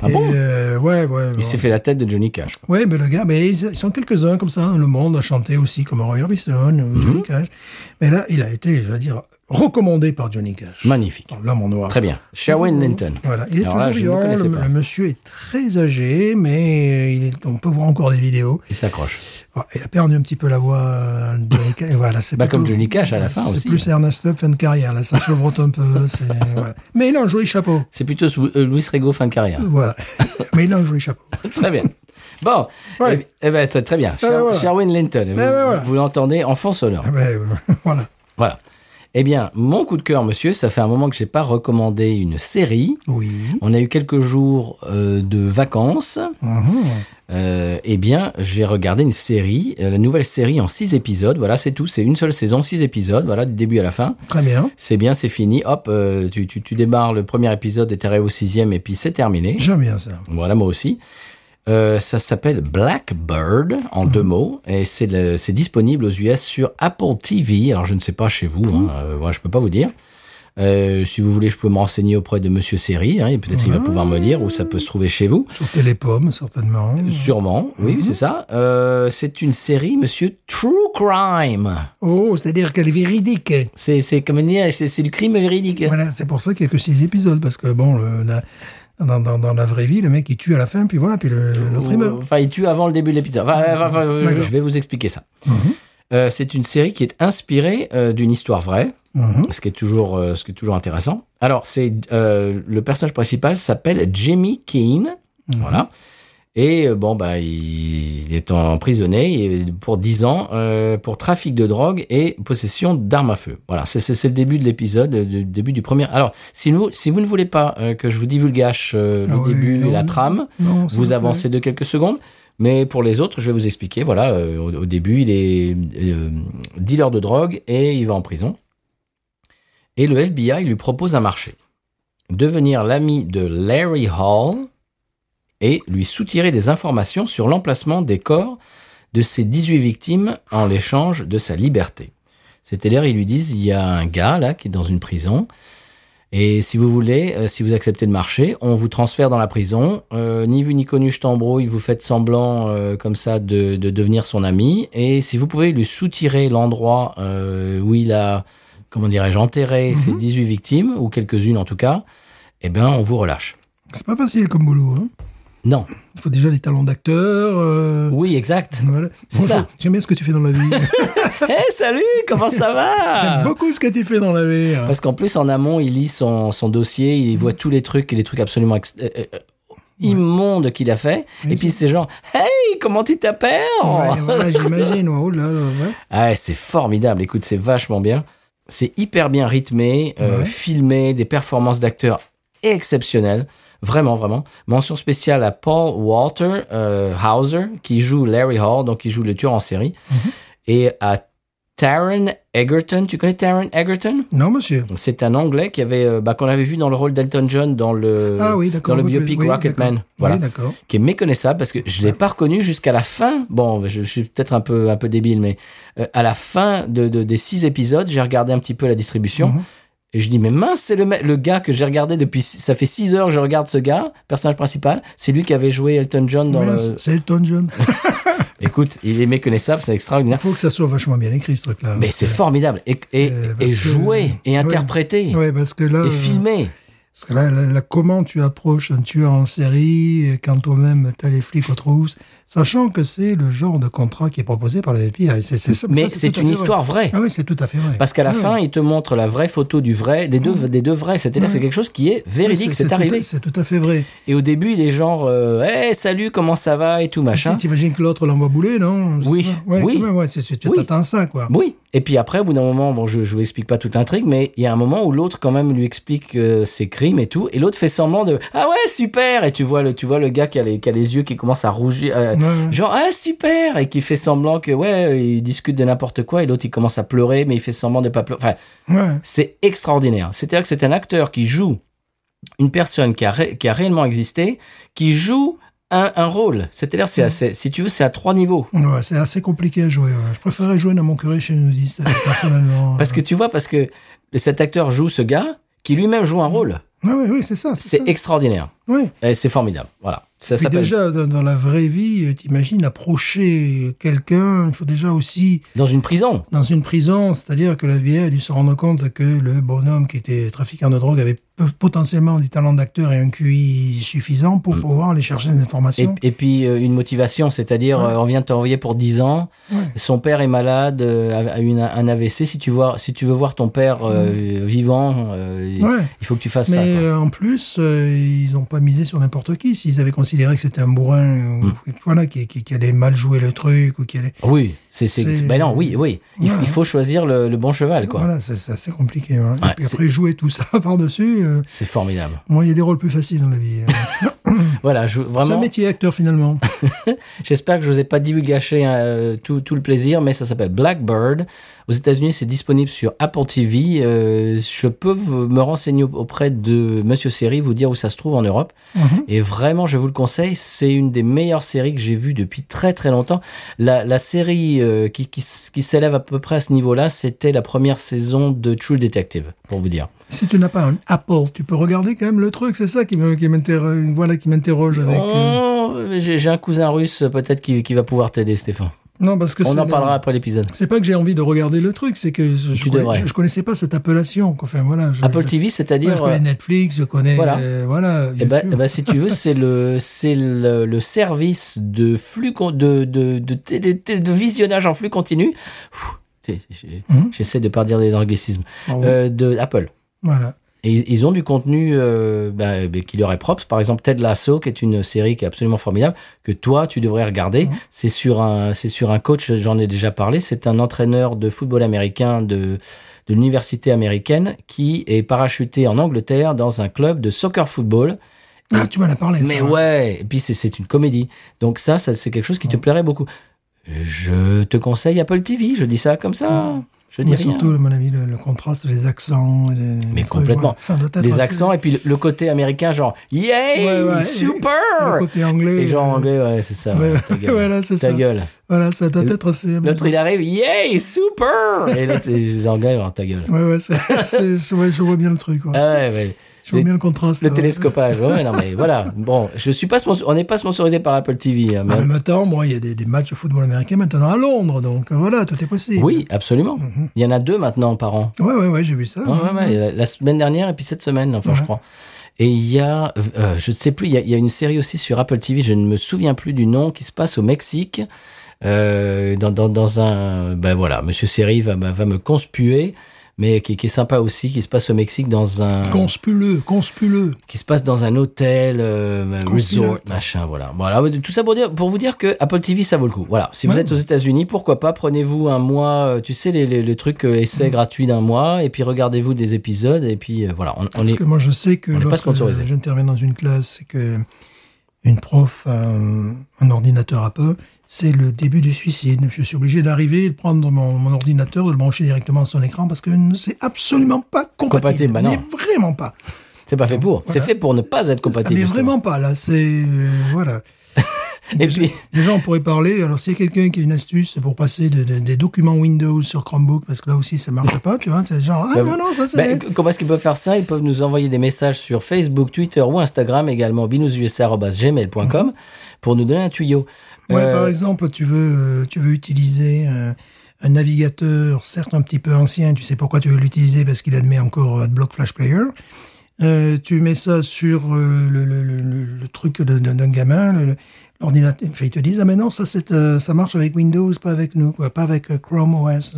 Speaker 2: Ah
Speaker 1: bon
Speaker 2: Ouais, ouais.
Speaker 1: Il
Speaker 2: bon.
Speaker 1: s'est fait la tête de Johnny Cash.
Speaker 2: Ouais, mais le gars, mais ils ils sont quelques-uns comme ça. hein. Le monde a chanté aussi comme Roy Orbison, ou
Speaker 1: Mhm.
Speaker 2: Johnny Cash. Mais là, il a été, je veux dire, recommandé par Johnny Cash.
Speaker 1: Magnifique.
Speaker 2: L'homme en noir.
Speaker 1: Très bien. Sherwin Linton.
Speaker 2: Mmh. Voilà, il est
Speaker 1: Alors là, je ne
Speaker 2: toujours vivant.
Speaker 1: connaissais
Speaker 2: Le,
Speaker 1: pas.
Speaker 2: le monsieur est très âgé, mais euh, il est- on peut voir encore des vidéos.
Speaker 1: Il s'accroche.
Speaker 2: Bon, il a perdu un petit peu la voix. euh, de Johnny Cash. voilà, c'est
Speaker 1: Bah,
Speaker 2: plutôt-
Speaker 1: comme Johnny Cash à la fin aussi.
Speaker 2: C'est plus Ernest Tubb fin de
Speaker 1: [laughs]
Speaker 2: carrière. Là, ça chevrotte un peu. c'est- voilà. Mais il a un joli chapeau.
Speaker 1: C'est plutôt sous- euh, Louis Rego fin de
Speaker 2: [laughs]
Speaker 1: carrière. [laughs]
Speaker 2: Voilà. mais il a un joli chapeau.
Speaker 1: Très bien. Bon,
Speaker 2: Ouais.
Speaker 1: eh, eh ben, c'est très bien. Sher-
Speaker 2: ben, voilà.
Speaker 1: Sherwin Linton, vous,
Speaker 2: ben, voilà.
Speaker 1: vous l'entendez en fond sonore.
Speaker 2: Ah ben, euh, [laughs] voilà.
Speaker 1: Voilà. Eh bien, mon coup de cœur, monsieur, ça fait un moment que j'ai pas recommandé une série.
Speaker 2: Oui.
Speaker 1: On a eu quelques jours euh, de vacances.
Speaker 2: Mhm.
Speaker 1: Euh, eh bien, j'ai regardé une série, euh, la nouvelle série en six épisodes. Voilà, c'est tout. C'est une seule saison, six épisodes. Voilà, du début à la fin.
Speaker 2: Très bien.
Speaker 1: C'est bien, c'est fini. Hop, euh, tu, tu, tu démarres le premier épisode et t'arrives au sixième et puis c'est terminé.
Speaker 2: J'aime bien ça.
Speaker 1: Voilà, moi aussi. Euh, ça s'appelle Blackbird en deux mots et c'est le- c'est disponible aux US sur Apple TV. Alors je ne sais pas chez vous, hein, euh, moi, je peux pas vous dire. Euh, si vous voulez, je peux me renseigner auprès de Monsieur Seri, hein, et peut-être il va pouvoir me dire où ça peut se trouver chez vous.
Speaker 2: Sur Télépom, certainement.
Speaker 1: Sûrement, oui, c'est ça. Euh, c'est une série, Monsieur True Crime.
Speaker 2: Oh, c'est-à-dire qu'elle est véridique.
Speaker 1: C'est c'est comme dire, c'est c'est du crime véridique.
Speaker 2: Voilà, c'est pour ça qu'il n'y a que six épisodes, parce que bon, le- la- dans, dans- dans la vraie vie, le mec il tue à la fin, puis voilà, puis le- l'autre
Speaker 1: Oh.
Speaker 2: il meurt.
Speaker 1: Enfin, il tue avant le début de l'épisode. Enfin, euh, enfin, euh,
Speaker 2: D'accord. Mhm.
Speaker 1: je vais vous expliquer ça. Euh, c'est une série qui est inspirée euh, d'une histoire vraie,
Speaker 2: Mhm.
Speaker 1: ce qui est toujours, euh, ce qui est toujours intéressant. Alors, c'est euh, le personnage principal s'appelle Jimmy Keane,
Speaker 2: Mhm.
Speaker 1: voilà. Et euh, bon, bah, il, il est emprisonné et pour 10 ans euh, pour trafic de drogue et possession d'armes à feu. Voilà, c'est- c'est c'est le début de l'épisode, euh, le début du premier. Alors, si vous, si vous ne voulez pas euh, que je vous divulgâche euh, le
Speaker 2: Ah oui,
Speaker 1: début et
Speaker 2: non.
Speaker 1: la trame,
Speaker 2: Non, s'il
Speaker 1: vous
Speaker 2: plaît.
Speaker 1: avancez de quelques secondes. Mais pour les autres, je vais vous expliquer. Voilà, euh, au, au début, il est euh, dealer de drogue et il va en prison. Et le FBI lui propose un marché. Devenir l'ami de Larry Hall et lui soutirer des informations sur l'emplacement des corps de ses 18 victimes en l'échange de sa liberté. C'est-à-dire, ils lui disent, il y a un gars là qui est dans une prison, et si vous voulez, euh, si vous acceptez le marché, on vous transfère dans la prison. Euh, ni vu ni connu, je t'embrouille, vous faites semblant euh, comme ça de, de devenir son ami. Et si vous pouvez lui soutirer l'endroit euh, où il a, comment dirais-je, enterré ses 18 victimes, ou quelques-unes en tout cas, eh bien, on vous relâche.
Speaker 2: C'est pas facile comme boulot. hein.
Speaker 1: Non.
Speaker 2: Il faut déjà les talents d'acteur. euh,
Speaker 1: Oui, exact.
Speaker 2: [laughs] voilà.
Speaker 1: C'est ça.
Speaker 2: J'aime bien ce que tu fais dans la vie.
Speaker 1: [laughs] Eh, salut, comment ça va
Speaker 2: J'aime beaucoup ce que tu fais dans la vie. hein.
Speaker 1: Parce qu'en plus, en amont, il lit son, son dossier, il voit tous les trucs, et les trucs absolument ex- euh, euh, immondes qu'il a fait. Et puis, c'est genre, hey, comment tu t'appelles
Speaker 2: Ouais, voilà, j'imagine. ouais, Oh là là, ouais.
Speaker 1: Ah, c'est formidable. Écoute, c'est vachement bien. C'est hyper bien rythmé, euh, filmé, des performances d'acteurs exceptionnelles. Vraiment, vraiment. Mention spéciale à Paul Walter euh, Hauser, qui joue Larry Hall, donc qui joue le tueur en série.
Speaker 2: Mm-hmm.
Speaker 1: Et à Taron Egerton. Tu connais Taron Egerton
Speaker 2: Non, monsieur.
Speaker 1: c'est un Anglais qui avait, euh, bah, qu'on avait vu dans le rôle d'Elton John dans le,
Speaker 2: Ah oui, d'accord.
Speaker 1: Euh, dans le
Speaker 2: oui,
Speaker 1: biopic
Speaker 2: oui, d'accord.
Speaker 1: Rocketman, voilà,
Speaker 2: Oui, d'accord.
Speaker 1: qui est méconnaissable parce que je l'ai pas reconnu jusqu'à la fin. Bon, je, je suis peut-être un peu un peu débile, mais euh, à la fin de, de- des six épisodes, j'ai regardé un petit peu la distribution
Speaker 2: Mhm.
Speaker 1: et je dis mais mince, c'est le me- le gars que j'ai regardé depuis six- ça fait six heures que je regarde ce gars, personnage principal, c'est lui qui avait joué Elton John dans
Speaker 2: Ouais,
Speaker 1: le.
Speaker 2: c'est- C'est Elton John.
Speaker 1: Écoute, il est méconnaissable, c'est
Speaker 2: Il
Speaker 1: extraordinaire.
Speaker 2: faut que ça soit vachement bien écrit, ce truc-là.
Speaker 1: Mais c'est formidable et, et,
Speaker 2: Euh,
Speaker 1: et
Speaker 2: parce que-
Speaker 1: joué et
Speaker 2: Ouais.
Speaker 1: interprété
Speaker 2: Oui, parce que là,
Speaker 1: et
Speaker 2: euh,
Speaker 1: filmé.
Speaker 2: parce que là, là, là, comment tu approches un tueur en série euh, quand toi-même t'as les flics aux trousses, sachant que c'est le genre de contrat qui est proposé par le FBI. C'est- c'est- ça-
Speaker 1: Mais
Speaker 2: ça,
Speaker 1: c'est
Speaker 2: tout à
Speaker 1: une
Speaker 2: fait vrai.
Speaker 1: histoire vraie.
Speaker 2: Ah oui, c'est tout à fait vrai. Ah
Speaker 1: Parce qu'à la
Speaker 2: Ouais,
Speaker 1: fin,
Speaker 2: ouais.
Speaker 1: il te montre la vraie photo du vrai, des deux, des deux vrais. C'est-à-dire que c'est quelque chose qui est véridique, c'est
Speaker 2: tout à-
Speaker 1: arrivé.
Speaker 2: C'est tout à fait vrai.
Speaker 1: Et au début, il est genre, euh, hey, salut, comment ça va et tout
Speaker 2: Tu
Speaker 1: machin.
Speaker 2: T'imagines que l'autre l'envoie bouler, non Je sais
Speaker 1: Oui,
Speaker 2: pas. Ouais,
Speaker 1: oui.
Speaker 2: ouais, ouais, c'est- c'est- tu
Speaker 1: Oui.
Speaker 2: t'attends ça, quoi.
Speaker 1: Oui. Et puis après, au bout d'un moment, bon, je, je vous explique pas toute l'intrigue, mais il y a un moment où l'autre quand même lui explique euh, ses crimes et tout, et l'autre fait semblant de, ah ouais, super. Et tu vois le, tu vois le gars qui a les, qui a les yeux qui commence à rougir. euh,
Speaker 2: Ouais, ouais.
Speaker 1: Genre, ah super Et qui fait semblant que, ouais, il discute de n'importe quoi, et l'autre il commence à pleurer, mais il fait semblant de pas pleurer. Enfin,
Speaker 2: Ouais.
Speaker 1: C'est extraordinaire. C'est-à-dire que c'est un acteur qui joue une personne qui a, ré- qui a réellement existé, qui joue un, un rôle. C'est-à-dire,
Speaker 2: Mm.
Speaker 1: c'est assez- si tu veux, c'est à trois niveaux.
Speaker 2: Ouais, c'est assez compliqué à jouer. ouais. Je préférais jouer dans mon curé chez nous, dit, ça, personnellement.
Speaker 1: [laughs] Parce que tu vois, parce que cet acteur joue ce gars qui lui-même joue un rôle.
Speaker 2: Oui, oui, Mm. c'est ça.
Speaker 1: C'est
Speaker 2: ça.
Speaker 1: extraordinaire.
Speaker 2: Ouais.
Speaker 1: Et c'est formidable. Voilà. Ça
Speaker 2: Puis
Speaker 1: s'appelle
Speaker 2: déjà, dans, dans la vraie vie, euh, t'imagines approcher quelqu'un, il faut déjà aussi,
Speaker 1: Dans une prison.
Speaker 2: dans une prison, c'est-à-dire que la vieille a dû se rendre compte que le bonhomme qui était trafiquant de drogue avait peu- potentiellement des talents d'acteur et un QI suffisant
Speaker 1: Mm.
Speaker 2: pour pouvoir aller chercher des
Speaker 1: Et,
Speaker 2: informations.
Speaker 1: et puis euh, une motivation, c'est-à-dire euh, on vient de t'envoyer pour 10 ans,
Speaker 2: Ouais.
Speaker 1: son père est malade, euh, a a eu une- un AVC, si tu, vois, si tu veux voir ton père euh, vivant, euh, il-
Speaker 2: Mm. Ouais.
Speaker 1: il faut que tu fasses
Speaker 2: Mais
Speaker 1: ça. quoi.
Speaker 2: euh, en plus, euh, ils n'ont pas misé sur n'importe qui. S'ils avaient considéré que c'était un bourrin, ou,
Speaker 1: Hmm.
Speaker 2: voilà, qui, qui- qui allait mal jouer le truc, ou qui allait.
Speaker 1: Oui, c'est c'est
Speaker 2: C'est-
Speaker 1: ben non, oui, oui. Il, f-
Speaker 2: Ouais.
Speaker 1: il faut choisir le, le bon cheval, quoi.
Speaker 2: Voilà, c'est c'est assez compliqué. hein.
Speaker 1: Ouais,
Speaker 2: et puis
Speaker 1: c'est-
Speaker 2: après, jouer tout ça [laughs] par-dessus, euh,
Speaker 1: C'est formidable.
Speaker 2: bon, il y a des rôles plus faciles dans la vie. hein.
Speaker 1: Voilà, je,
Speaker 2: C'est
Speaker 1: [laughs]
Speaker 2: un
Speaker 1: vraiment.
Speaker 2: métier acteur
Speaker 1: [laughs]
Speaker 2: finalement.
Speaker 1: J'espère que je vous ai pas divulgaché euh, tout, tout le plaisir, mais ça s'appelle Blackbird. Aux États-Unis, c'est disponible sur Apple TV. Euh, je peux vous- me renseigner auprès de Monsieur Série, vous dire où ça se trouve en Europe.
Speaker 2: Mhm.
Speaker 1: Et vraiment, je vous le conseille, c'est une des meilleures séries que j'ai vues depuis très très longtemps. La, la série euh, qui, qui, s- qui s'élève à peu près à ce niveau-là, c'était la première saison de True Detective, pour vous dire.
Speaker 2: si tu n'as pas un Apple, tu peux regarder quand même le truc. C'est ça qui me- qui m'interroge. Voilà, qui m'interroge avec. euh,
Speaker 1: Oh, J'ai j'ai un cousin russe peut-être qui, qui va pouvoir t'aider, Stéphane.
Speaker 2: Non, parce que
Speaker 1: On
Speaker 2: c'est
Speaker 1: en
Speaker 2: le-
Speaker 1: parlera après l'épisode.
Speaker 2: C'est pas que j'ai envie de regarder le truc, c'est que je, je
Speaker 1: Tu
Speaker 2: connais-
Speaker 1: devrais.
Speaker 2: je- je connaissais pas cette appellation. quoi. Enfin voilà. je-
Speaker 1: Apple
Speaker 2: je-
Speaker 1: TV,
Speaker 2: Ouais, je
Speaker 1: c'est-à-dire,
Speaker 2: connais Netflix, je connais.
Speaker 1: euh, Voilà.
Speaker 2: euh, voilà,
Speaker 1: eh ben,
Speaker 2: YouTube.
Speaker 1: eh ben, si tu veux, c'est le, c'est le, le service de flux con- de, de, de, télé- télé- de visionnage en flux continu. Pfff, c'est- j'ai-
Speaker 2: Mhm.
Speaker 1: J'essaie de pas dire des anglicismes
Speaker 2: Ah ouais.
Speaker 1: euh, de Apple.
Speaker 2: Voilà.
Speaker 1: Et ils- ils ont du contenu euh, bah, bah, qui leur est propre. Par exemple, Ted Lasso, qui est une série qui est absolument formidable, que toi, tu devrais regarder.
Speaker 2: Mhm.
Speaker 1: C'est sur, un- c'est sur un coach, j'en ai déjà parlé, c'est un entraîneur de football américain de, de l'université américaine qui est parachuté en Angleterre dans un club de soccer-football.
Speaker 2: Ah, tu m'en as parlé. ça.
Speaker 1: Mais ouais, et puis c'est- c'est une comédie. Donc ça, ça c'est quelque chose qui te plairait beaucoup. Je te conseille Apple TV, je dis ça comme ça. Je dis
Speaker 2: Mais
Speaker 1: rien.
Speaker 2: surtout, à mon avis, le, le contraste des accents. et des-
Speaker 1: Mais
Speaker 2: des trucs,
Speaker 1: complètement.
Speaker 2: voilà. Ça doit être
Speaker 1: Les
Speaker 2: assez-
Speaker 1: accents et puis le- le côté américain, genre yay,
Speaker 2: Ouais, ouais, et-
Speaker 1: super.
Speaker 2: et Le côté anglais.
Speaker 1: Les gens
Speaker 2: euh,
Speaker 1: anglais, ouais, c'est ça.
Speaker 2: Ouais,
Speaker 1: ouais,
Speaker 2: [laughs]
Speaker 1: ta gueule.
Speaker 2: voilà, c'est
Speaker 1: Ta
Speaker 2: ça.
Speaker 1: gueule.
Speaker 2: Voilà, ça doit être assez.
Speaker 1: L'autre, il arrive, yay, super. Et l'autre, les anglais, genre ta gueule.
Speaker 2: Ouais, ouais, c'est- [laughs] c'est- c'est- ouais, je vois bien le truc. ouais.
Speaker 1: Ah ouais, ouais.
Speaker 2: je vois
Speaker 1: les-
Speaker 2: bien le contraste.
Speaker 1: Le
Speaker 2: ouais.
Speaker 1: télescopage, ouais, non mais voilà. Bon, je suis pas sponsor- on n'est pas sponsorisé par Apple TV. hein, mais-
Speaker 2: En même temps, bon, il y a des, des matchs de football américain maintenant à Londres, donc euh, voilà, tout est possible.
Speaker 1: Oui, absolument.
Speaker 2: Mm-hmm.
Speaker 1: Il y en a deux maintenant par an.
Speaker 2: Ouais, ouais, ouais, j'ai vu ça. hein.
Speaker 1: Ouais, ouais, ouais. La, la semaine dernière et puis cette semaine, enfin, je
Speaker 2: Ouais.
Speaker 1: crois. Et il y a, euh, je ne sais plus, il y a, il y a une série aussi sur Apple TV, je ne me souviens plus du nom, qui se passe au Mexique. euh, dans, dans, dans un. Ben voilà, Monsieur Série va, va va me conspuer, mais qui, qui est sympa aussi, qui se passe au Mexique dans un.
Speaker 2: Conspuleux, conspuleux.
Speaker 1: qui se passe dans un hôtel, euh,
Speaker 2: Consulat.
Speaker 1: resort, machin, voilà. Voilà, ouais, tout ça pour, dire, pour vous dire que Apple TV, ça vaut le coup. Voilà, si vous
Speaker 2: Ouais.
Speaker 1: êtes aux États-Unis, pourquoi pas, prenez-vous un mois, euh, tu sais, les, les, les trucs euh, essais
Speaker 2: Mm.
Speaker 1: gratuits d'un mois, et puis regardez-vous des épisodes, et puis euh, voilà, on, on
Speaker 2: Parce
Speaker 1: est...
Speaker 2: que moi, je sais que
Speaker 1: on est pas
Speaker 2: lorsque
Speaker 1: sponsorisé.
Speaker 2: j'interviens dans une classe et que une prof a un, un ordinateur Apple, c'est le début du suicide. Je suis obligé d'arriver et de prendre mon, mon ordinateur, de le brancher directement à son écran parce que c'est absolument pas compatible.
Speaker 1: Compatible, bah non.
Speaker 2: Mais vraiment pas.
Speaker 1: C'est pas fait pour, c'est
Speaker 2: Voilà.
Speaker 1: fait pour ne pas être compatible.
Speaker 2: Mais
Speaker 1: justement.
Speaker 2: vraiment pas, là. C'est. euh, voilà.
Speaker 1: [laughs] Et puis,
Speaker 2: Déjà, on pourrait parler. Alors, s'il y a quelqu'un qui a une astuce pour passer de- de- des documents Windows sur Chromebook, parce que là aussi, ça marche pas, tu vois, c'est genre, ah
Speaker 1: Bah,
Speaker 2: non, non, ça c'est.
Speaker 1: ben, comment est-ce qu'ils peuvent faire ça Ils peuvent nous envoyer des messages sur Facebook, Twitter ou Instagram également, binoususa.gmail.com, pour nous donner un tuyau.
Speaker 2: Mm. Ouais,
Speaker 1: Euh,
Speaker 2: par exemple, tu veux, euh, tu veux utiliser un, un navigateur, certes un petit peu ancien, tu sais pourquoi tu veux l'utiliser, parce qu'il admet encore AdBlock Flash Player. Euh, tu mets ça sur euh, le, le- le- le- le truc de- de- d'un gamin, le- le- l'ordinateur. Enfin, ils te disent, ah mais non, ça, c'est, euh, ça marche avec Windows, pas avec nous, quoi, pas avec euh, Chrome OS.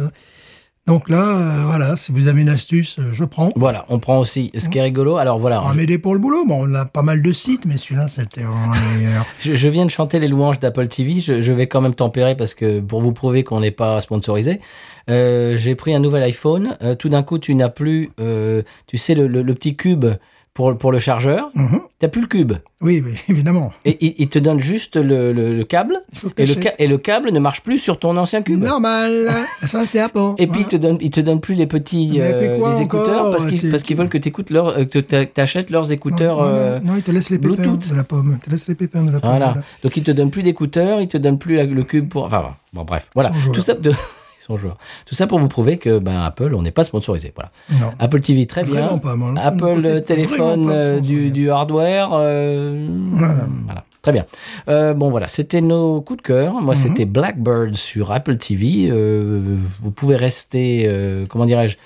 Speaker 2: Donc là, euh, voilà, si vous avez une astuce, euh, je prends.
Speaker 1: Voilà, on prend aussi ce qui est rigolo. Alors voilà,
Speaker 2: On va m'aider pour le boulot. Bon, on a pas mal de sites, mais celui-là, c'était vraiment le meilleur.
Speaker 1: Je, je viens de chanter les louanges d'Apple TV. Je, je vais quand même tempérer parce que pour vous prouver qu'on n'est pas sponsorisé, euh, j'ai pris un nouvel iPhone. Euh, tout d'un coup, tu n'as plus, euh, tu sais, le, le- le petit cube pour, pour le chargeur.
Speaker 2: Mhm.
Speaker 1: T'as plus le cube.
Speaker 2: Oui, mais évidemment.
Speaker 1: Et il, il te donne juste le, le- le câble.
Speaker 2: Il faut que
Speaker 1: Et le,
Speaker 2: t'achètes.
Speaker 1: ca- et le câble ne marche plus sur ton ancien cube.
Speaker 2: Normal. Ah, Ça, c'est Apple.
Speaker 1: Et puis, il te donne, il te donne plus les petits
Speaker 2: Mais puis
Speaker 1: euh,
Speaker 2: quoi
Speaker 1: les écouteurs
Speaker 2: encore euh,
Speaker 1: parce qu'ils
Speaker 2: T'es-
Speaker 1: parce qu'ils veulent que t'écoutes leur, euh, que t'a- t'achètes leurs écouteurs.
Speaker 2: non,
Speaker 1: euh,
Speaker 2: non, non, il te laisse les pépins
Speaker 1: Bluetooth.
Speaker 2: de la pomme. Il te laisse les pépins de la pomme.
Speaker 1: Voilà.
Speaker 2: voilà.
Speaker 1: Donc, ils te donnent plus d'écouteurs, ils te donnent plus la- le cube pour. Enfin, bon, bref. Voilà.
Speaker 2: sont joueurs.
Speaker 1: Tout ça, de... [laughs] ils sont joueurs. Tout ça pour vous prouver que ben, Apple, on n'est pas sponsorisé. Voilà.
Speaker 2: Non.
Speaker 1: Apple TV, très bien.
Speaker 2: Vraiment pas, moi.
Speaker 1: Apple
Speaker 2: Peut-être
Speaker 1: euh,
Speaker 2: vraiment
Speaker 1: téléphone
Speaker 2: pas
Speaker 1: euh, du,
Speaker 2: sponsorisé.
Speaker 1: du hardware. euh,
Speaker 2: Voilà.
Speaker 1: Voilà. Très bien. Euh, bon, voilà. C'était nos coups de cœur.
Speaker 2: Mhm.
Speaker 1: Moi, c'était Blackbird sur Apple TV. Euh, vous pouvez rester, euh, comment dirais-je,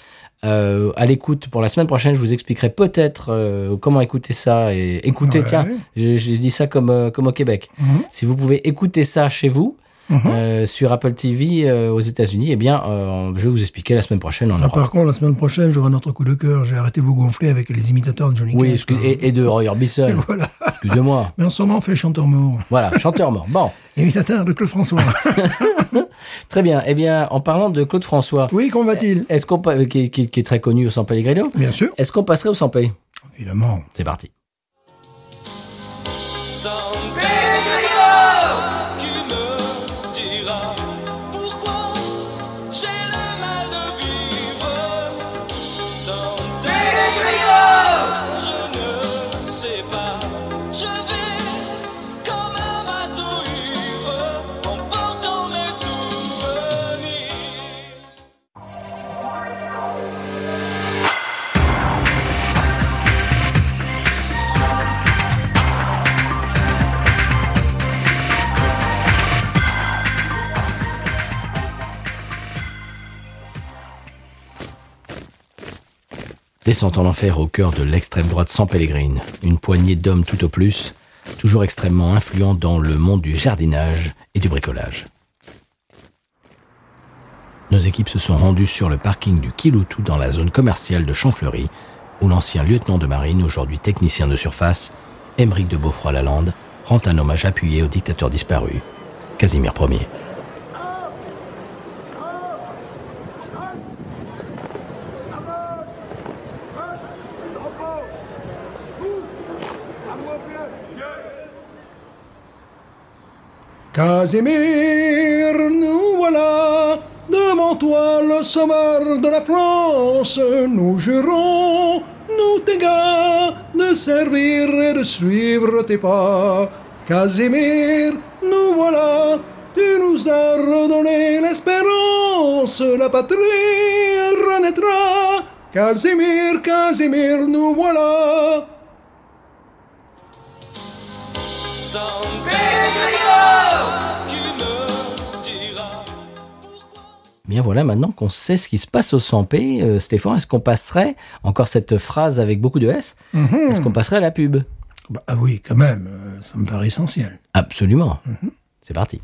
Speaker 1: euh, à l'écoute pour la semaine prochaine. Je vous expliquerai peut-être euh, comment écouter ça et écouter,
Speaker 2: Ouais.
Speaker 1: tiens, je, je dis ça comme, euh, comme au Québec.
Speaker 2: Mhm.
Speaker 1: Si vous pouvez écouter ça chez vous,
Speaker 2: Mhm.
Speaker 1: euh, sur Apple TV euh, aux États-Unis, eh bien, euh, je vais vous expliquer la semaine prochaine en
Speaker 2: Ah,
Speaker 1: Europe.
Speaker 2: par contre, la semaine prochaine, j'aurai un autre coup de cœur. J'ai arrêté de vous gonfler avec les imitateurs de Johnny
Speaker 1: Oui,
Speaker 2: Cash.
Speaker 1: excuse-
Speaker 2: quoi.
Speaker 1: et, et de Roy
Speaker 2: [laughs]
Speaker 1: Orbison,
Speaker 2: Voilà.
Speaker 1: excusez-moi.
Speaker 2: Mais en ce moment, on fait le chanteur mort.
Speaker 1: Voilà, chanteur mort. Bon,
Speaker 2: Imitateur de
Speaker 1: [laughs]
Speaker 2: Claude François.
Speaker 1: très bien. Eh bien, en parlant de Claude François,
Speaker 2: oui, comment va-t-il
Speaker 1: est-ce qu'on pa- qui, qui- qui est très connu au San Pellegrino,
Speaker 2: Bien sûr.
Speaker 1: est-ce qu'on passerait au San Pé
Speaker 2: Évidemment.
Speaker 1: C'est parti.
Speaker 3: Sans Pellegrino qui me dira pourquoi j'ai le mal de vivre. Sans Pellegrino, je ne sais pas. Je vais comme un bateau ivre en portant mes souvenirs.
Speaker 1: Descente en enfer au cœur de l'extrême droite sans Pellegrine, une poignée d'hommes tout au plus, toujours extrêmement influents dans le monde du jardinage et du bricolage. Nos équipes se sont rendues sur le parking du Kiloutou dans la zone commerciale de Champfleury, où l'ancien lieutenant de marine, aujourd'hui technicien de surface, Émeric de Beaufroy-Lalande, rend un hommage appuyé au dictateur disparu, Casimir Ier.
Speaker 4: Vous, à moi bien
Speaker 2: Casimir, nous voilà devant toi le sommeur de la France. Nous jurons, nous t'égars, de servir et de suivre tes pas. Casimir, nous voilà, tu nous as redonné l'espérance. La patrie renaîtra. Casimir, Casimir, nous voilà.
Speaker 3: Sans Pérégrinard qui me dira pourquoi.
Speaker 1: Bien voilà, maintenant qu'on sait ce qui se passe au 100p, euh, Stéphane, est-ce qu'on passerait, encore cette phrase avec beaucoup de S,
Speaker 2: Mhm.
Speaker 1: est-ce qu'on passerait à la pub
Speaker 2: Bah oui, quand même, euh, ça me paraît essentiel.
Speaker 1: Absolument.
Speaker 2: Mhm.
Speaker 1: C'est parti.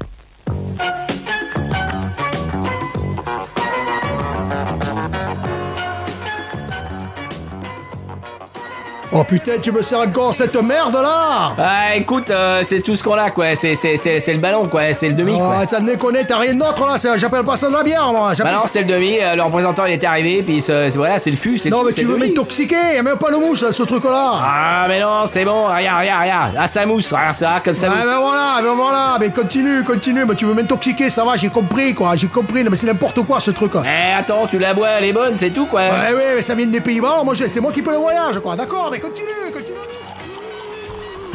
Speaker 2: Oh putain, tu me sers encore cette merde là
Speaker 1: Ah, écoute, euh, c'est tout ce qu'on a, quoi. C'est, c'est, c'est, c'est le ballon, quoi. C'est le demi, quoi.
Speaker 2: Oh, t'as déconné, t'as rien d'autre là, ça- j'appelle pas ça de la bière moi j'appelle
Speaker 1: Bah non,
Speaker 2: ça-
Speaker 1: c'est le demi. euh, le représentant, il était arrivé, puis ce- ce- voilà, c'est le fût. C'est
Speaker 2: Non
Speaker 1: tout,
Speaker 2: mais
Speaker 1: c'est
Speaker 2: tu
Speaker 1: le
Speaker 2: veux
Speaker 1: demi.
Speaker 2: m'intoxiquer, y'a même pas de mouche là, ce truc là
Speaker 1: Ah, mais non, c'est bon. Regarde, regarde, regarde. Ah, ça mousse. Regarde ça, comme ça
Speaker 2: Ah
Speaker 1: mousse.
Speaker 2: ben voilà, ben voilà, mais continue, continue, mais tu veux m'intoxiquer, ça va, j'ai compris quoi, j'ai compris, mais c'est n'importe quoi ce truc là.
Speaker 1: Eh, attends, tu la bois, elle est bonne, c'est tout, quoi.
Speaker 2: Ouais, ouais, mais ça vient des Pays-Bas, moi je- c'est moi qui paie le voyage quoi, d'accord, mais continue, continue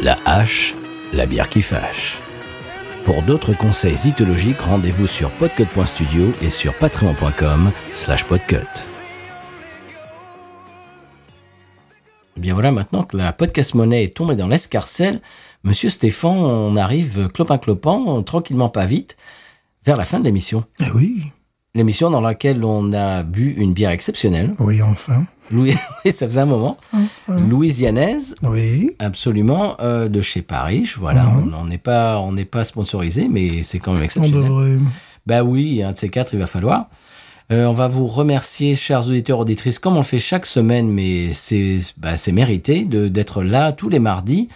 Speaker 1: La hache, la bière qui fâche. Pour d'autres conseils itologiques, rendez-vous sur podcut.studio et sur patreon.com slash podcut. Eh Bien voilà, maintenant que la podcast monnaie est tombée dans l'escarcelle, monsieur Stéphane, on arrive clopin-clopant, tranquillement pas vite, vers la fin de l'émission.
Speaker 2: Eh oui,
Speaker 1: L'émission dans laquelle on a bu une bière exceptionnelle.
Speaker 2: oui enfin,
Speaker 1: Louis, [laughs] ça faisait un moment. Louisianaise,
Speaker 2: oui,
Speaker 1: Absolument, euh, de chez Paris. Voilà, on on n'est pas, on n'est pas sponsorisé, mais c'est quand même exceptionnel. Bah oui, un de ces quatre, il va falloir. Euh, on va vous remercier, chers auditeurs, auditrices, comme on le fait chaque semaine, mais c'est bah, c'est mérité de- d'être là tous les mardis.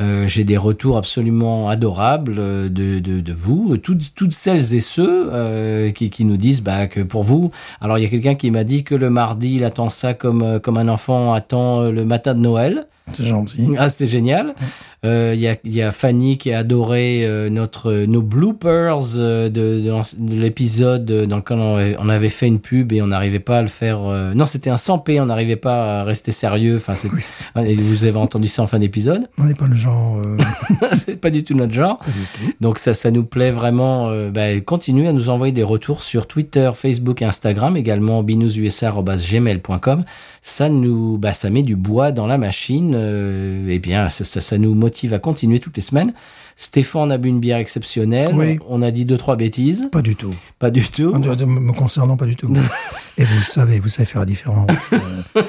Speaker 1: Euh, J'ai des retours absolument adorables euh, de, de, de vous, toutes, toutes celles et ceux euh, qui, qui nous disent bah, que pour vous, alors il y a quelqu'un qui m'a dit que le mardi, il attend ça comme, euh, comme un enfant attend euh, le matin de Noël.
Speaker 2: c'est gentil.
Speaker 1: Ah, c'est génial. Euh, Il y, a, il y a Fanny qui a adoré euh, notre, euh, nos bloopers euh, de, de l'anci- de l'épisode euh, dans lequel on avait, on avait fait une pub et on n'arrivait pas à le faire. euh, Non, c'était un 100p, on n'arrivait pas à rester sérieux. Enfin, c'est-
Speaker 2: Oui.
Speaker 1: Ah, et vous avez entendu ça en fin d'épisode.
Speaker 2: On n'est pas le genre... euh,
Speaker 1: [laughs] c'est pas du tout notre genre. Donc ça, ça nous plaît vraiment. Euh, bah, continuez à nous envoyer des retours sur Twitter, Facebook, Instagram, également binoususa@gmail.com. Ça nous, bah, ça met du bois dans la machine. euh, et bien, ça, ça, ça nous motive à continuer toutes les semaines. Stéphane a bu une bière exceptionnelle.
Speaker 2: Oui.
Speaker 1: On a dit deux trois bêtises,
Speaker 2: Pas du tout.
Speaker 1: pas du tout.
Speaker 2: En dehors de me me concernant, pas du tout. et vous le savez, vous savez faire la différence euh,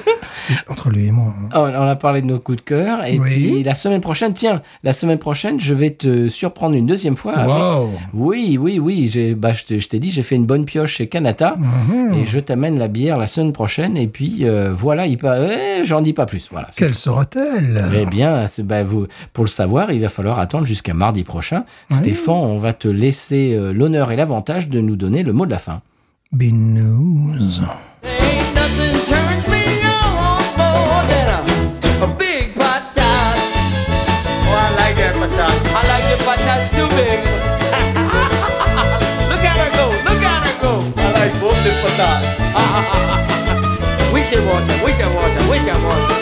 Speaker 2: entre lui et moi. hein.
Speaker 1: Ah, On a parlé de nos coups de cœur et
Speaker 2: Oui.
Speaker 1: puis la semaine prochaine, tiens, la semaine prochaine, je vais te surprendre une deuxième fois. avec-
Speaker 2: Wow.
Speaker 1: Oui, oui, oui. j'ai- Bah, je t'ai- je t'ai dit, j'ai fait une bonne pioche chez Canada.
Speaker 2: Mmh. Mhm.
Speaker 1: Et je t'amène la bière la semaine prochaine. Et puis, euh, voilà, il pa- eh, j'en dis pas plus. Voilà. c'est
Speaker 2: Quelle sera-t-elle
Speaker 1: tout. Eh bien, c'est- bah, vous, pour le savoir, il va falloir attendre jusqu'à mardi prochain. Stéphane, on va te laisser euh, l'honneur et l'avantage de nous donner le mot de la fin.
Speaker 2: Binouze.
Speaker 4: Ain't nothing turns me on more than a, a big patat. Oh, I like that patat. I like the patats too big. [laughs] look at her go, look at her go. I like both the [laughs] patats. we should watch her, we should watch her, we should watch her.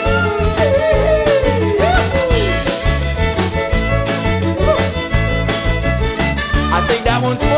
Speaker 4: I think that one's